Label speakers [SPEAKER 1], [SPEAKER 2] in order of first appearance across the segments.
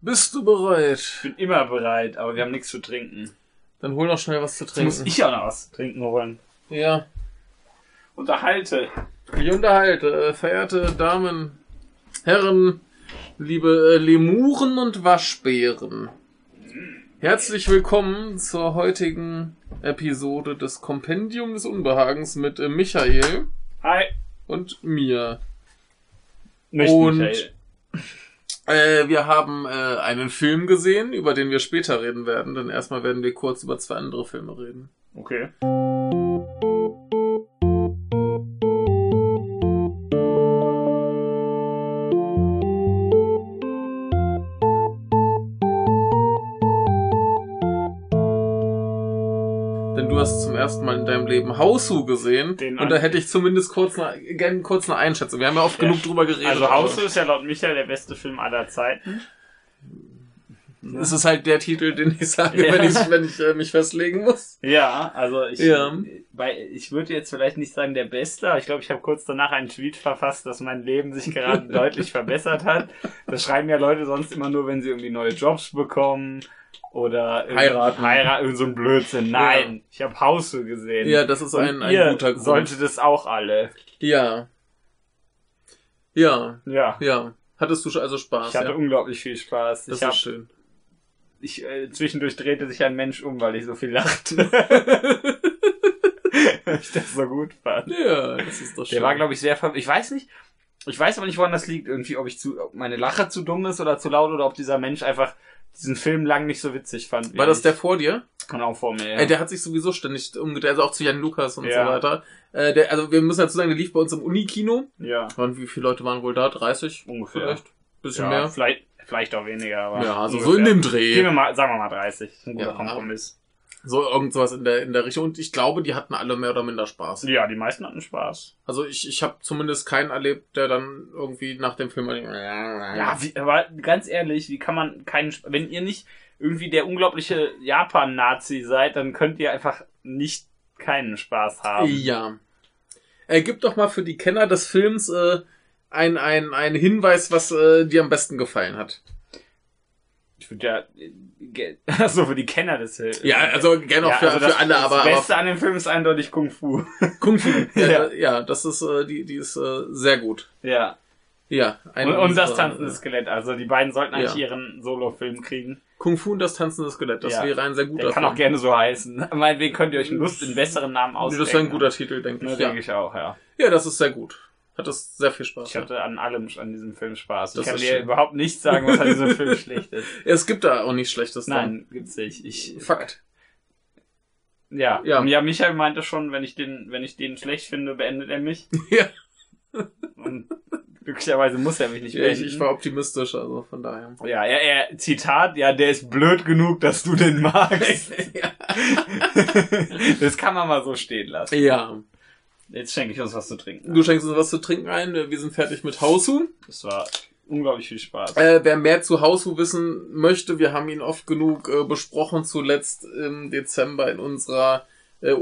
[SPEAKER 1] Bist du bereit?
[SPEAKER 2] Ich bin immer bereit, aber wir haben nichts zu trinken.
[SPEAKER 1] Dann hol noch schnell was zu
[SPEAKER 2] Jetzt muss
[SPEAKER 1] trinken.
[SPEAKER 2] ich ja noch was zu trinken holen.
[SPEAKER 1] Ja.
[SPEAKER 2] Unterhalte.
[SPEAKER 1] Ich unterhalte, äh, verehrte Damen, Herren, liebe äh, Lemuren und Waschbären. Herzlich willkommen zur heutigen Episode des Kompendium des Unbehagens mit äh, Michael
[SPEAKER 2] Hi.
[SPEAKER 1] und mir.
[SPEAKER 2] Nicht
[SPEAKER 1] Und-
[SPEAKER 2] Michael.
[SPEAKER 1] Äh, wir haben äh, einen Film gesehen, über den wir später reden werden, denn erstmal werden wir kurz über zwei andere Filme reden.
[SPEAKER 2] Okay.
[SPEAKER 1] Denn du hast zum ersten Mal in deinem Leben Hausu gesehen.
[SPEAKER 2] Den
[SPEAKER 1] und da
[SPEAKER 2] an-
[SPEAKER 1] hätte ich zumindest kurz eine, gerne kurz eine Einschätzung. Wir haben ja oft
[SPEAKER 2] Ja.
[SPEAKER 1] genug drüber geredet.
[SPEAKER 2] Also
[SPEAKER 1] aber
[SPEAKER 2] House ist ja laut Michael der beste Film aller Zeiten.
[SPEAKER 1] Es ist halt der Titel, den ich sage,
[SPEAKER 2] Ja.
[SPEAKER 1] wenn ich, wenn ich äh, mich festlegen muss.
[SPEAKER 2] Ja, also ich,
[SPEAKER 1] Ja.
[SPEAKER 2] bei, ich würde jetzt vielleicht nicht sagen der Beste, aber ich glaube, ich habe kurz danach einen Tweet verfasst, dass mein Leben sich gerade deutlich verbessert hat. Das schreiben ja Leute sonst immer nur, wenn sie irgendwie neue Jobs bekommen oder irgendwie
[SPEAKER 1] Heiraten.
[SPEAKER 2] Heirat, irgend so ein Blödsinn. Nein, ich habe Hause gesehen.
[SPEAKER 1] Ja, das ist
[SPEAKER 2] Und
[SPEAKER 1] ein,
[SPEAKER 2] ihr
[SPEAKER 1] ein guter Grund.
[SPEAKER 2] Sollte das auch alle.
[SPEAKER 1] Ja. Ja,
[SPEAKER 2] Ja.
[SPEAKER 1] ja. Hattest du schon also Spaß?
[SPEAKER 2] Ich hatte
[SPEAKER 1] ja.
[SPEAKER 2] unglaublich viel Spaß.
[SPEAKER 1] Das
[SPEAKER 2] ich hab,
[SPEAKER 1] ist schön.
[SPEAKER 2] ich, äh, zwischendurch drehte sich ein Mensch um, weil ich so viel lachte. Weil ich das so gut fand.
[SPEAKER 1] Ja, das ist doch schön.
[SPEAKER 2] Der war, glaube ich, sehr ver Ich weiß nicht. Ich weiß aber nicht, woran das liegt. Irgendwie, ob ich zu, ob meine Lache zu dumm ist oder zu laut oder ob dieser Mensch einfach diesen Film lang nicht so witzig fand. wie
[SPEAKER 1] war das
[SPEAKER 2] ich.
[SPEAKER 1] der vor dir?
[SPEAKER 2] Genau vor mir. Ja.
[SPEAKER 1] Ey, der hat sich sowieso ständig umgedreht, also auch zu Jan Lukas und
[SPEAKER 2] Ja.
[SPEAKER 1] so weiter. Äh, der, also wir müssen dazu sagen, der lief bei uns im Unikino.
[SPEAKER 2] ja,
[SPEAKER 1] Waren, wie viele Leute waren wohl da? 30?
[SPEAKER 2] ungefähr.
[SPEAKER 1] Vielleicht? Bisschen
[SPEAKER 2] ja,
[SPEAKER 1] mehr?
[SPEAKER 2] Vielleicht, vielleicht auch weniger, aber.
[SPEAKER 1] Ja, also so
[SPEAKER 2] ungefähr.
[SPEAKER 1] in dem
[SPEAKER 2] Gehen
[SPEAKER 1] Dreh.
[SPEAKER 2] wir mal, sagen wir mal 30. Ein guter
[SPEAKER 1] Ja.
[SPEAKER 2] Kompromiss.
[SPEAKER 1] So irgend sowas in der, in der Richtung. Und ich glaube, die hatten alle mehr oder minder Spaß.
[SPEAKER 2] Ja, die meisten hatten Spaß.
[SPEAKER 1] Also ich, ich habe zumindest keinen erlebt, der dann irgendwie nach dem Film...
[SPEAKER 2] Ja, wie, aber ganz ehrlich, wie kann man keinen. Sp- Wenn ihr nicht irgendwie der unglaubliche Japan-Nazi seid, dann könnt ihr einfach nicht keinen Spaß
[SPEAKER 1] ähm.
[SPEAKER 2] haben.
[SPEAKER 1] Ja. Äh, gib doch mal für die Kenner des Films äh, ein, ein, ein Hinweis, was äh, dir am besten gefallen hat.
[SPEAKER 2] Ich würde ja. äh, ge- Achso, für die Kenner des Films.
[SPEAKER 1] Ja, also gerne auch
[SPEAKER 2] Ja,
[SPEAKER 1] für,
[SPEAKER 2] also das-
[SPEAKER 1] für alle, aber,
[SPEAKER 2] Das
[SPEAKER 1] aber
[SPEAKER 2] Beste an dem Film ist eindeutig Kung Fu.
[SPEAKER 1] Kung Fu. Ja,
[SPEAKER 2] Ja.
[SPEAKER 1] ja. das ist, äh, die, die ist äh, sehr gut.
[SPEAKER 2] ja.
[SPEAKER 1] Ja. ein-
[SPEAKER 2] Und, und das
[SPEAKER 1] äh,
[SPEAKER 2] tanzende Skelett. Also, die beiden sollten eigentlich
[SPEAKER 1] Ja.
[SPEAKER 2] ihren Solo-Film kriegen.
[SPEAKER 1] Kung Fu und das tanzende Skelett, das
[SPEAKER 2] Ja.
[SPEAKER 1] wäre ein sehr guter
[SPEAKER 2] Der kann auch gerne so heißen. Meinetwegen könnt ihr euch Lust in besseren Namen
[SPEAKER 1] Das
[SPEAKER 2] ausdenken.
[SPEAKER 1] wäre ein guter Titel, denke
[SPEAKER 2] Ne,
[SPEAKER 1] ich. Ja.
[SPEAKER 2] denke ich auch, ja.
[SPEAKER 1] ja, das ist sehr gut. Hat das sehr viel Spaß.
[SPEAKER 2] Ich hatte an allem an diesem Film Spaß.
[SPEAKER 1] Das
[SPEAKER 2] ich kann
[SPEAKER 1] ist
[SPEAKER 2] dir
[SPEAKER 1] schön.
[SPEAKER 2] überhaupt nicht sagen, was an diesem Film schlecht ist.
[SPEAKER 1] ja. Es gibt da auch nichts Schlechtes dran.
[SPEAKER 2] Nein, gibt's nicht. Ich,
[SPEAKER 1] Fakt.
[SPEAKER 2] Ja.
[SPEAKER 1] Ja.
[SPEAKER 2] ja. Ja, Michael meinte schon, wenn ich den, wenn ich den schlecht finde, beendet er mich.
[SPEAKER 1] Ja.
[SPEAKER 2] Und glücklicherweise muss er mich nicht
[SPEAKER 1] Ich, ich,
[SPEAKER 2] beenden.
[SPEAKER 1] ich war optimistisch, also von daher.
[SPEAKER 2] ja, er, er, Zitat, ja, der ist blöd genug, dass du den magst. das kann man mal so stehen lassen.
[SPEAKER 1] Ja.
[SPEAKER 2] Jetzt schenke ich uns was zu trinken.
[SPEAKER 1] Du schenkst uns was zu trinken ein. Wir sind fertig mit Hausu.
[SPEAKER 2] Das war unglaublich viel Spaß.
[SPEAKER 1] Äh, wer mehr zu Hausu wissen möchte, wir haben ihn oft genug äh, besprochen, zuletzt im Dezember in unserer äh,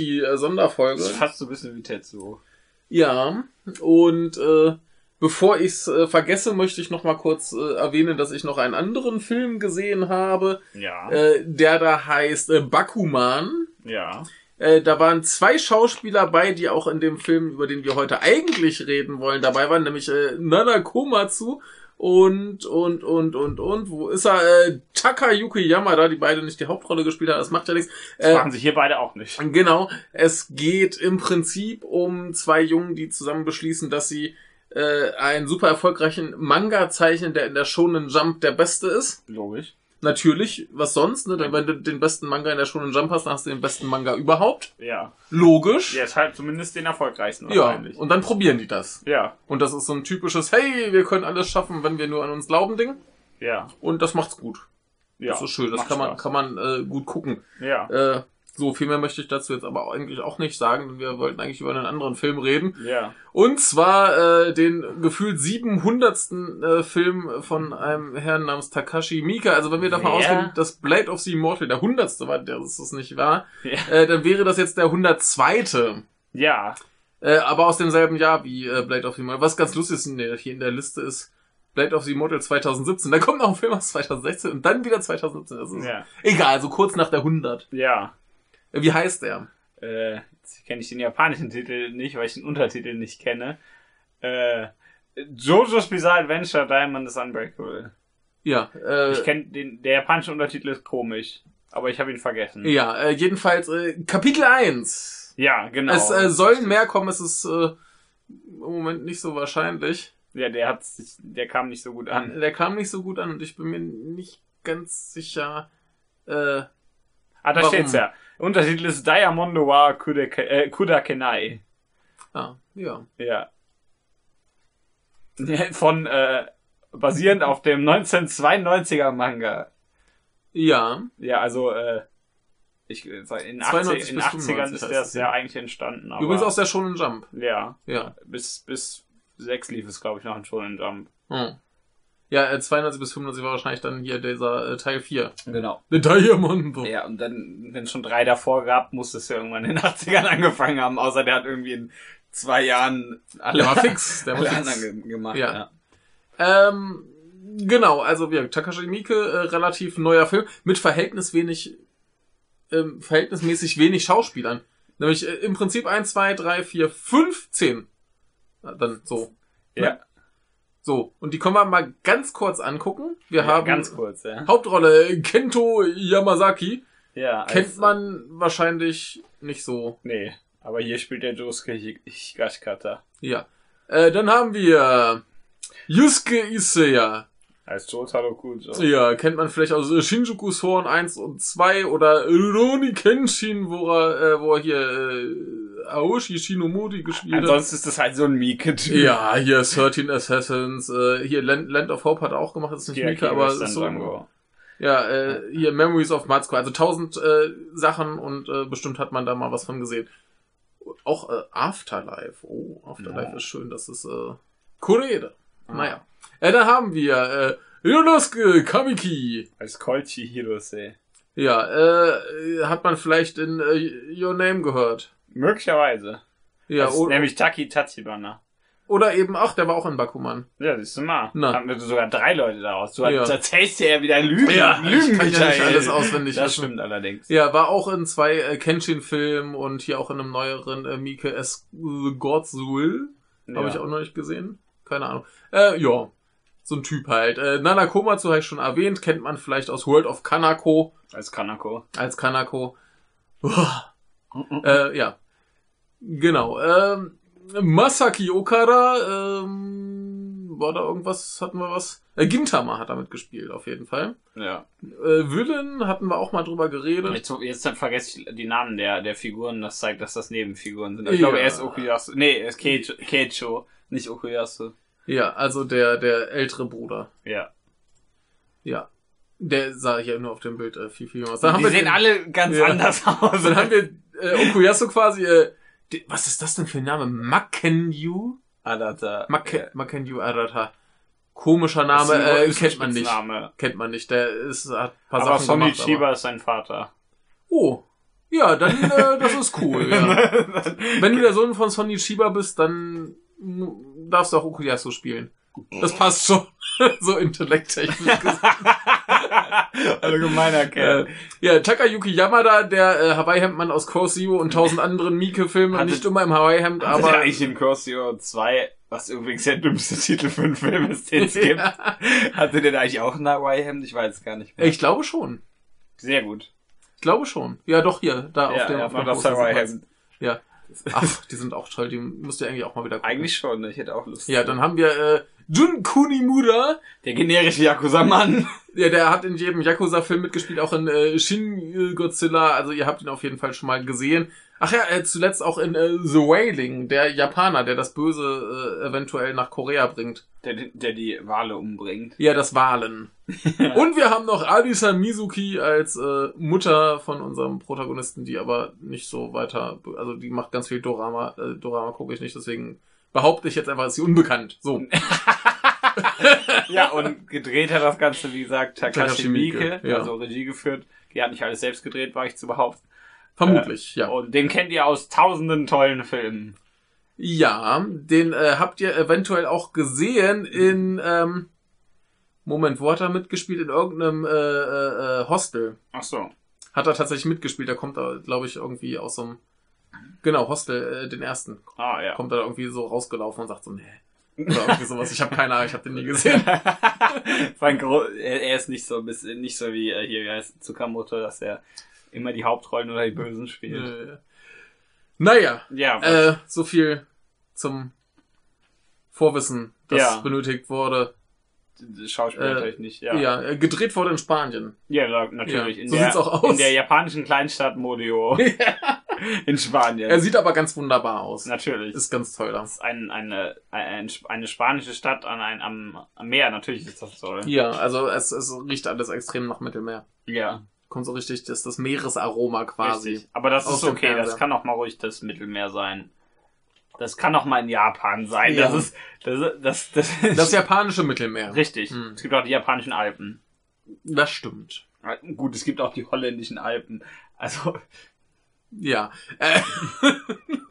[SPEAKER 1] Obayashi-Sonderfolge.
[SPEAKER 2] Das ist fast so ein bisschen wie Tetsuo.
[SPEAKER 1] Ja, und äh, bevor ich's äh, vergesse, möchte ich noch mal kurz äh, erwähnen, dass ich noch einen anderen Film gesehen habe,
[SPEAKER 2] Ja.
[SPEAKER 1] äh, der da heißt äh, Bakuman.
[SPEAKER 2] ja.
[SPEAKER 1] Äh, da waren zwei Schauspieler bei, die auch in dem Film, über den wir heute eigentlich reden wollen, dabei waren, nämlich äh, Nana Komatsu und, und, und, und, und, wo ist er? Äh, Takayuki Yamada, die beide nicht die Hauptrolle gespielt haben, das macht ja nichts.
[SPEAKER 2] Das
[SPEAKER 1] Äh,
[SPEAKER 2] machen sie hier beide auch nicht.
[SPEAKER 1] Genau, es geht im Prinzip um zwei Jungen, die zusammen beschließen, dass sie äh, einen super erfolgreichen Manga zeichnen, der in der Shonen Jump der beste ist.
[SPEAKER 2] Logisch.
[SPEAKER 1] Natürlich, was sonst, ne? Denn Wenn du den besten Manga in der Shonen Jump hast, dann hast du den besten Manga überhaupt.
[SPEAKER 2] Ja.
[SPEAKER 1] Logisch.
[SPEAKER 2] Der ist halt zumindest den erfolgreichsten
[SPEAKER 1] Ja,
[SPEAKER 2] wahrscheinlich.
[SPEAKER 1] und dann probieren die das.
[SPEAKER 2] Ja,
[SPEAKER 1] Und das ist so ein typisches, hey, wir können alles schaffen, wenn wir nur an uns glauben, Ding.
[SPEAKER 2] ja,
[SPEAKER 1] Und das macht's gut.
[SPEAKER 2] ja.
[SPEAKER 1] das ist schön, das
[SPEAKER 2] Macht
[SPEAKER 1] kann man,
[SPEAKER 2] Spaß.
[SPEAKER 1] kann man äh, gut gucken.
[SPEAKER 2] Ja,
[SPEAKER 1] Äh, so, viel mehr möchte ich dazu jetzt aber eigentlich auch nicht sagen, denn wir wollten eigentlich über einen anderen Film reden.
[SPEAKER 2] ja.
[SPEAKER 1] Und zwar äh, den gefühlt 700. Äh, Film von einem Herrn namens Takashi Miike. Also wenn wir davon
[SPEAKER 2] Wer?
[SPEAKER 1] ausgehen, dass Blade of the Immortal der 100. war, der ist es nicht wahr,
[SPEAKER 2] Ja.
[SPEAKER 1] äh, dann wäre das jetzt der 102.
[SPEAKER 2] Ja,
[SPEAKER 1] Äh, aber aus demselben Jahr wie äh, Blade of the Immortal. Was ganz lustig ist, in der, hier in der Liste ist Blade of the Immortal 2017. Da kommt noch ein Film aus 2016 und dann wieder 2017. Das ist
[SPEAKER 2] Ja.
[SPEAKER 1] egal, so kurz nach der 100.
[SPEAKER 2] Ja.
[SPEAKER 1] Äh, Wie heißt der?
[SPEAKER 2] Äh, jetzt kenne ich den japanischen Titel nicht, weil ich den Untertitel nicht kenne. Äh, Jojo's Bizarre Adventure Diamond is Unbreakable.
[SPEAKER 1] Ja, äh,
[SPEAKER 2] Ich kenne den, der japanische Untertitel ist komisch, aber ich habe ihn vergessen.
[SPEAKER 1] ja, äh, jedenfalls äh, Kapitel 1.
[SPEAKER 2] Ja, genau.
[SPEAKER 1] Es äh, sollen mehr kommen, es ist äh, im Moment nicht so wahrscheinlich.
[SPEAKER 2] ja, der hat, sich- der kam nicht so gut an.
[SPEAKER 1] Der kam nicht so gut an und ich bin mir nicht ganz sicher. Äh,
[SPEAKER 2] Ah, da
[SPEAKER 1] Warum?
[SPEAKER 2] steht's ja. Untertitel ist Diamond Noir Kudake, äh, Kudakenai.
[SPEAKER 1] ah, ja.
[SPEAKER 2] Ja. Von, äh, basierend auf dem 1992er Manga.
[SPEAKER 1] Ja,
[SPEAKER 2] Ja, also, äh, ich, äh, in 80,
[SPEAKER 1] 92
[SPEAKER 2] in
[SPEAKER 1] bis
[SPEAKER 2] 80ern
[SPEAKER 1] 95
[SPEAKER 2] ist
[SPEAKER 1] heißt
[SPEAKER 2] das
[SPEAKER 1] das,
[SPEAKER 2] ja
[SPEAKER 1] ja.
[SPEAKER 2] eigentlich entstanden. Aber,
[SPEAKER 1] übrigens aus der Shonen Jump.
[SPEAKER 2] Ja,
[SPEAKER 1] Ja.
[SPEAKER 2] bis, bis 6 lief es, glaube ich, noch ein Shonen Jump.
[SPEAKER 1] Hm. Ja, äh, 92 bis 95 war wahrscheinlich dann hier dieser äh, Teil 4.
[SPEAKER 2] Genau.
[SPEAKER 1] The Diamond Book.
[SPEAKER 2] Ja, und dann, wenn es schon drei davor gab, muss es ja irgendwann in den 80ern angefangen haben, außer der hat irgendwie in zwei Jahren alle,
[SPEAKER 1] Der war fix. Der
[SPEAKER 2] alle
[SPEAKER 1] war
[SPEAKER 2] anderen
[SPEAKER 1] fix.
[SPEAKER 2] ge gemacht.
[SPEAKER 1] Ja. Ähm, genau, also wir, Takashi Miike, äh, relativ neuer Film mit verhältnis wenig, ähm, verhältnismäßig wenig Schauspielern. Nämlich äh, im Prinzip 1, 2, 3, 4, 5, 10. Na, Dann so. Ne?
[SPEAKER 2] ja. ja.
[SPEAKER 1] So. Und die können wir mal ganz kurz angucken. Wir haben
[SPEAKER 2] Ganz kurz, ja.
[SPEAKER 1] Hauptrolle äh, Kento Yamazaki.
[SPEAKER 2] ja
[SPEAKER 1] Kennt
[SPEAKER 2] also-
[SPEAKER 1] man wahrscheinlich nicht so.
[SPEAKER 2] Nee, aber hier spielt der Josuke Hig- Higashikata.
[SPEAKER 1] Ja. Äh, dann haben wir Yusuke Issei.
[SPEAKER 2] Als Jotaro Kujo.
[SPEAKER 1] Ja, kennt man vielleicht aus äh, Shinjukus Horn 1 und 2 oder Rurouni Kenshin, wo er, äh, wo er hier äh, Aoshi Shinomori gespielt hat.
[SPEAKER 2] Ansonsten ist das halt so ein Mieke-Typ.
[SPEAKER 1] Ja, hier 13 Assassins, äh, hier Land, Land of Hope hat er auch gemacht, das ist nicht
[SPEAKER 2] Hier
[SPEAKER 1] Mika,
[SPEAKER 2] Akira
[SPEAKER 1] aber
[SPEAKER 2] ist dann
[SPEAKER 1] ist so.
[SPEAKER 2] Sango.
[SPEAKER 1] Ja, äh, hier Memories of Matsuko, also tausend äh, Sachen und äh, bestimmt hat man da mal was von gesehen. Auch äh, Afterlife, oh, Afterlife
[SPEAKER 2] Ja.
[SPEAKER 1] ist schön, das ist äh, Koreeda. Naja. Äh, da haben wir äh, Yonosuke Kamiki.
[SPEAKER 2] Als Kolchi Hirose.
[SPEAKER 1] Ja, äh, hat man vielleicht in äh, Your Name gehört.
[SPEAKER 2] Möglicherweise.
[SPEAKER 1] Ja,
[SPEAKER 2] Das ist
[SPEAKER 1] o-
[SPEAKER 2] nämlich Taki Tachibana.
[SPEAKER 1] oder eben, ach, der war auch in Bakuman.
[SPEAKER 2] Ja, siehst du mal.
[SPEAKER 1] Na.
[SPEAKER 2] Haben wir sogar drei Leute daraus. Du
[SPEAKER 1] Ja.
[SPEAKER 2] hast- erzählst ja ja wieder Lügen. Lügen,
[SPEAKER 1] ich kann ja nicht
[SPEAKER 2] Michael.
[SPEAKER 1] alles auswendig
[SPEAKER 2] Das
[SPEAKER 1] wissen.
[SPEAKER 2] stimmt allerdings.
[SPEAKER 1] Ja, war auch in zwei äh, Kenshin-Filmen und hier auch in einem neueren äh, Mike S. The God's Will. Habe ich auch noch nicht gesehen. Keine Ahnung. Äh, ja. So ein Typ halt. Äh, Nana Komatsu habe ich schon erwähnt. Kennt man vielleicht aus World of Kanako.
[SPEAKER 2] Als Kanako.
[SPEAKER 1] Als Kanako. Uah.
[SPEAKER 2] Mhm.
[SPEAKER 1] Äh, ja. Genau. Ähm, Masaki Okada, ähm, war da irgendwas, hatten wir was? Äh, Gintama hat damit gespielt, auf jeden Fall.
[SPEAKER 2] Ja.
[SPEAKER 1] Äh, Villain hatten wir auch mal drüber geredet.
[SPEAKER 2] Jetzt, jetzt dann vergesse ich die Namen der, der Figuren. Das zeigt, dass das Nebenfiguren sind. Aber Ich
[SPEAKER 1] Ja.
[SPEAKER 2] glaube, er ist Okuyasu. Nee, er ist Keicho. Keicho nicht Okuyasu.
[SPEAKER 1] Ja, also der, der ältere Bruder.
[SPEAKER 2] Ja.
[SPEAKER 1] Ja. Der sah hier nur auf dem Bild äh, viel, viel jünger aus.
[SPEAKER 2] Die
[SPEAKER 1] Dann haben wir
[SPEAKER 2] sehen
[SPEAKER 1] den-
[SPEAKER 2] alle ganz
[SPEAKER 1] Ja.
[SPEAKER 2] anders aus.
[SPEAKER 1] Dann haben wir äh, Okuyasu quasi, äh, die, was ist das denn für ein Name? Makenyu?
[SPEAKER 2] Adata.
[SPEAKER 1] Make, Makenyu Arata. Komischer
[SPEAKER 2] Das ist
[SPEAKER 1] Name,
[SPEAKER 2] ein-
[SPEAKER 1] äh,
[SPEAKER 2] ist ein
[SPEAKER 1] kennt man nicht.
[SPEAKER 2] Spitzname.
[SPEAKER 1] Kennt man nicht. Der ist, hat ein paar
[SPEAKER 2] Aber
[SPEAKER 1] Sachen
[SPEAKER 2] Sonny
[SPEAKER 1] gemacht. aber-
[SPEAKER 2] Chiba ist sein Vater.
[SPEAKER 1] Oh, ja, dann äh, das ist cool. Ja. Wenn du der Sohn von Sonny Chiba bist, dann mm, darfst du auch Okuyasu spielen. Das passt schon. so intellekttechnisch gesagt.
[SPEAKER 2] Allgemeiner
[SPEAKER 1] Äh,
[SPEAKER 2] Kerl.
[SPEAKER 1] ja, Takayuki Yamada, der äh, Hawaii-Hemdman aus Cross Zero und tausend anderen Miike-Filmen,
[SPEAKER 2] Hatte-
[SPEAKER 1] nicht immer im Hawaii-Hemd,
[SPEAKER 2] Aber
[SPEAKER 1] aber
[SPEAKER 2] eigentlich in Cross Zero 2, was übrigens der dümmste Titel für einen Film ist, den es gibt. Hatte der da eigentlich auch ein Hawaii-Hemd? Ich weiß gar nicht mehr.
[SPEAKER 1] ich glaube schon.
[SPEAKER 2] Sehr gut.
[SPEAKER 1] Ich glaube schon. Ja, doch hier, da
[SPEAKER 2] ja,
[SPEAKER 1] auf dem
[SPEAKER 2] ja,
[SPEAKER 1] auf dem
[SPEAKER 2] das
[SPEAKER 1] Poster sieht man's.
[SPEAKER 2] Hawaii-Hemd.
[SPEAKER 1] Ja. Ach, die sind auch toll, die müsst ihr eigentlich auch mal wieder gucken.
[SPEAKER 2] Eigentlich schon, ne? ich hätte auch Lust.
[SPEAKER 1] Ja, dann haben wir äh, Jun Kunimura,
[SPEAKER 2] Der generische Yakuza-Mann.
[SPEAKER 1] Ja, der hat in jedem Yakuza-Film mitgespielt, auch in äh, Shin äh, Godzilla. Also ihr habt ihn auf jeden Fall schon mal gesehen. Ach ja, äh, zuletzt auch in äh, The Wailing, der Japaner, der das Böse äh, eventuell nach Korea bringt.
[SPEAKER 2] Der, der die Wale umbringt.
[SPEAKER 1] Ja, das Wahlen. Und wir haben noch Arisa Mizuki als äh, Mutter von unserem Protagonisten, die aber nicht so weiter, also die macht ganz viel Dorama. Äh, Dorama gucke ich nicht, deswegen behaupte ich jetzt einfach, ist sie unbekannt. So.
[SPEAKER 2] Ja, und gedreht hat das Ganze, wie gesagt, Takashi
[SPEAKER 1] Takashi Miike,
[SPEAKER 2] Miike,
[SPEAKER 1] ja.
[SPEAKER 2] also Regie geführt. Die hat nicht alles selbst gedreht, war ich zu behaupten.
[SPEAKER 1] Vermutlich, ja.
[SPEAKER 2] Und den kennt ihr aus tausenden tollen Filmen.
[SPEAKER 1] Ja, den äh, habt ihr eventuell auch gesehen in ähm, Moment, wo hat er mitgespielt? In irgendeinem äh, äh, äh, Hostel.
[SPEAKER 2] Ach so.
[SPEAKER 1] Hat er tatsächlich mitgespielt, da kommt er, glaube ich, irgendwie aus so einem. Genau, Hostel, äh, den ersten.
[SPEAKER 2] Ah, ja.
[SPEAKER 1] Kommt er da irgendwie so rausgelaufen und sagt so, nee. Oder irgendwie sowas. Ich habe keine Ahnung, ich habe den nie gesehen.
[SPEAKER 2] Sein Gro er, er ist nicht so, bis- nicht so wie äh, hier wie heißt Zuckermoto, dass er immer die Hauptrollen oder die Bösen spielt.
[SPEAKER 1] Äh, naja,
[SPEAKER 2] Ja, was-
[SPEAKER 1] äh, so viel zum Vorwissen, das
[SPEAKER 2] Ja.
[SPEAKER 1] benötigt wurde.
[SPEAKER 2] Schauspieler
[SPEAKER 1] äh,
[SPEAKER 2] natürlich nicht. Ja,
[SPEAKER 1] Ja,
[SPEAKER 2] ja.
[SPEAKER 1] äh, gedreht wurde in Spanien.
[SPEAKER 2] na- natürlich.
[SPEAKER 1] Ja,
[SPEAKER 2] In
[SPEAKER 1] so
[SPEAKER 2] der,
[SPEAKER 1] sieht's auch aus.
[SPEAKER 2] In der japanischen Kleinstadt Modio in Spanien.
[SPEAKER 1] Er sieht aber ganz wunderbar aus.
[SPEAKER 2] natürlich.
[SPEAKER 1] Ist ganz toll da.
[SPEAKER 2] Das ist ein, eine, ein, eine spanische Stadt an ein, am, am Meer, natürlich ist das so.
[SPEAKER 1] Ja, also es, es riecht alles extrem nach Mittelmeer.
[SPEAKER 2] Ja,
[SPEAKER 1] Kommt so richtig das, das Meeresaroma quasi.
[SPEAKER 2] richtig. Aber das
[SPEAKER 1] Aus
[SPEAKER 2] ist
[SPEAKER 1] dem
[SPEAKER 2] okay, das
[SPEAKER 1] Fernseher.
[SPEAKER 2] kann auch mal ruhig das Mittelmeer sein. Das kann auch mal in Japan sein.
[SPEAKER 1] Ja.
[SPEAKER 2] Das ist, das, ist- das, das ist,
[SPEAKER 1] Das japanische Mittelmeer.
[SPEAKER 2] richtig.
[SPEAKER 1] Hm.
[SPEAKER 2] Es gibt auch die japanischen Alpen.
[SPEAKER 1] Das stimmt.
[SPEAKER 2] Gut, es gibt auch die holländischen Alpen. Also,
[SPEAKER 1] Ja. Äh,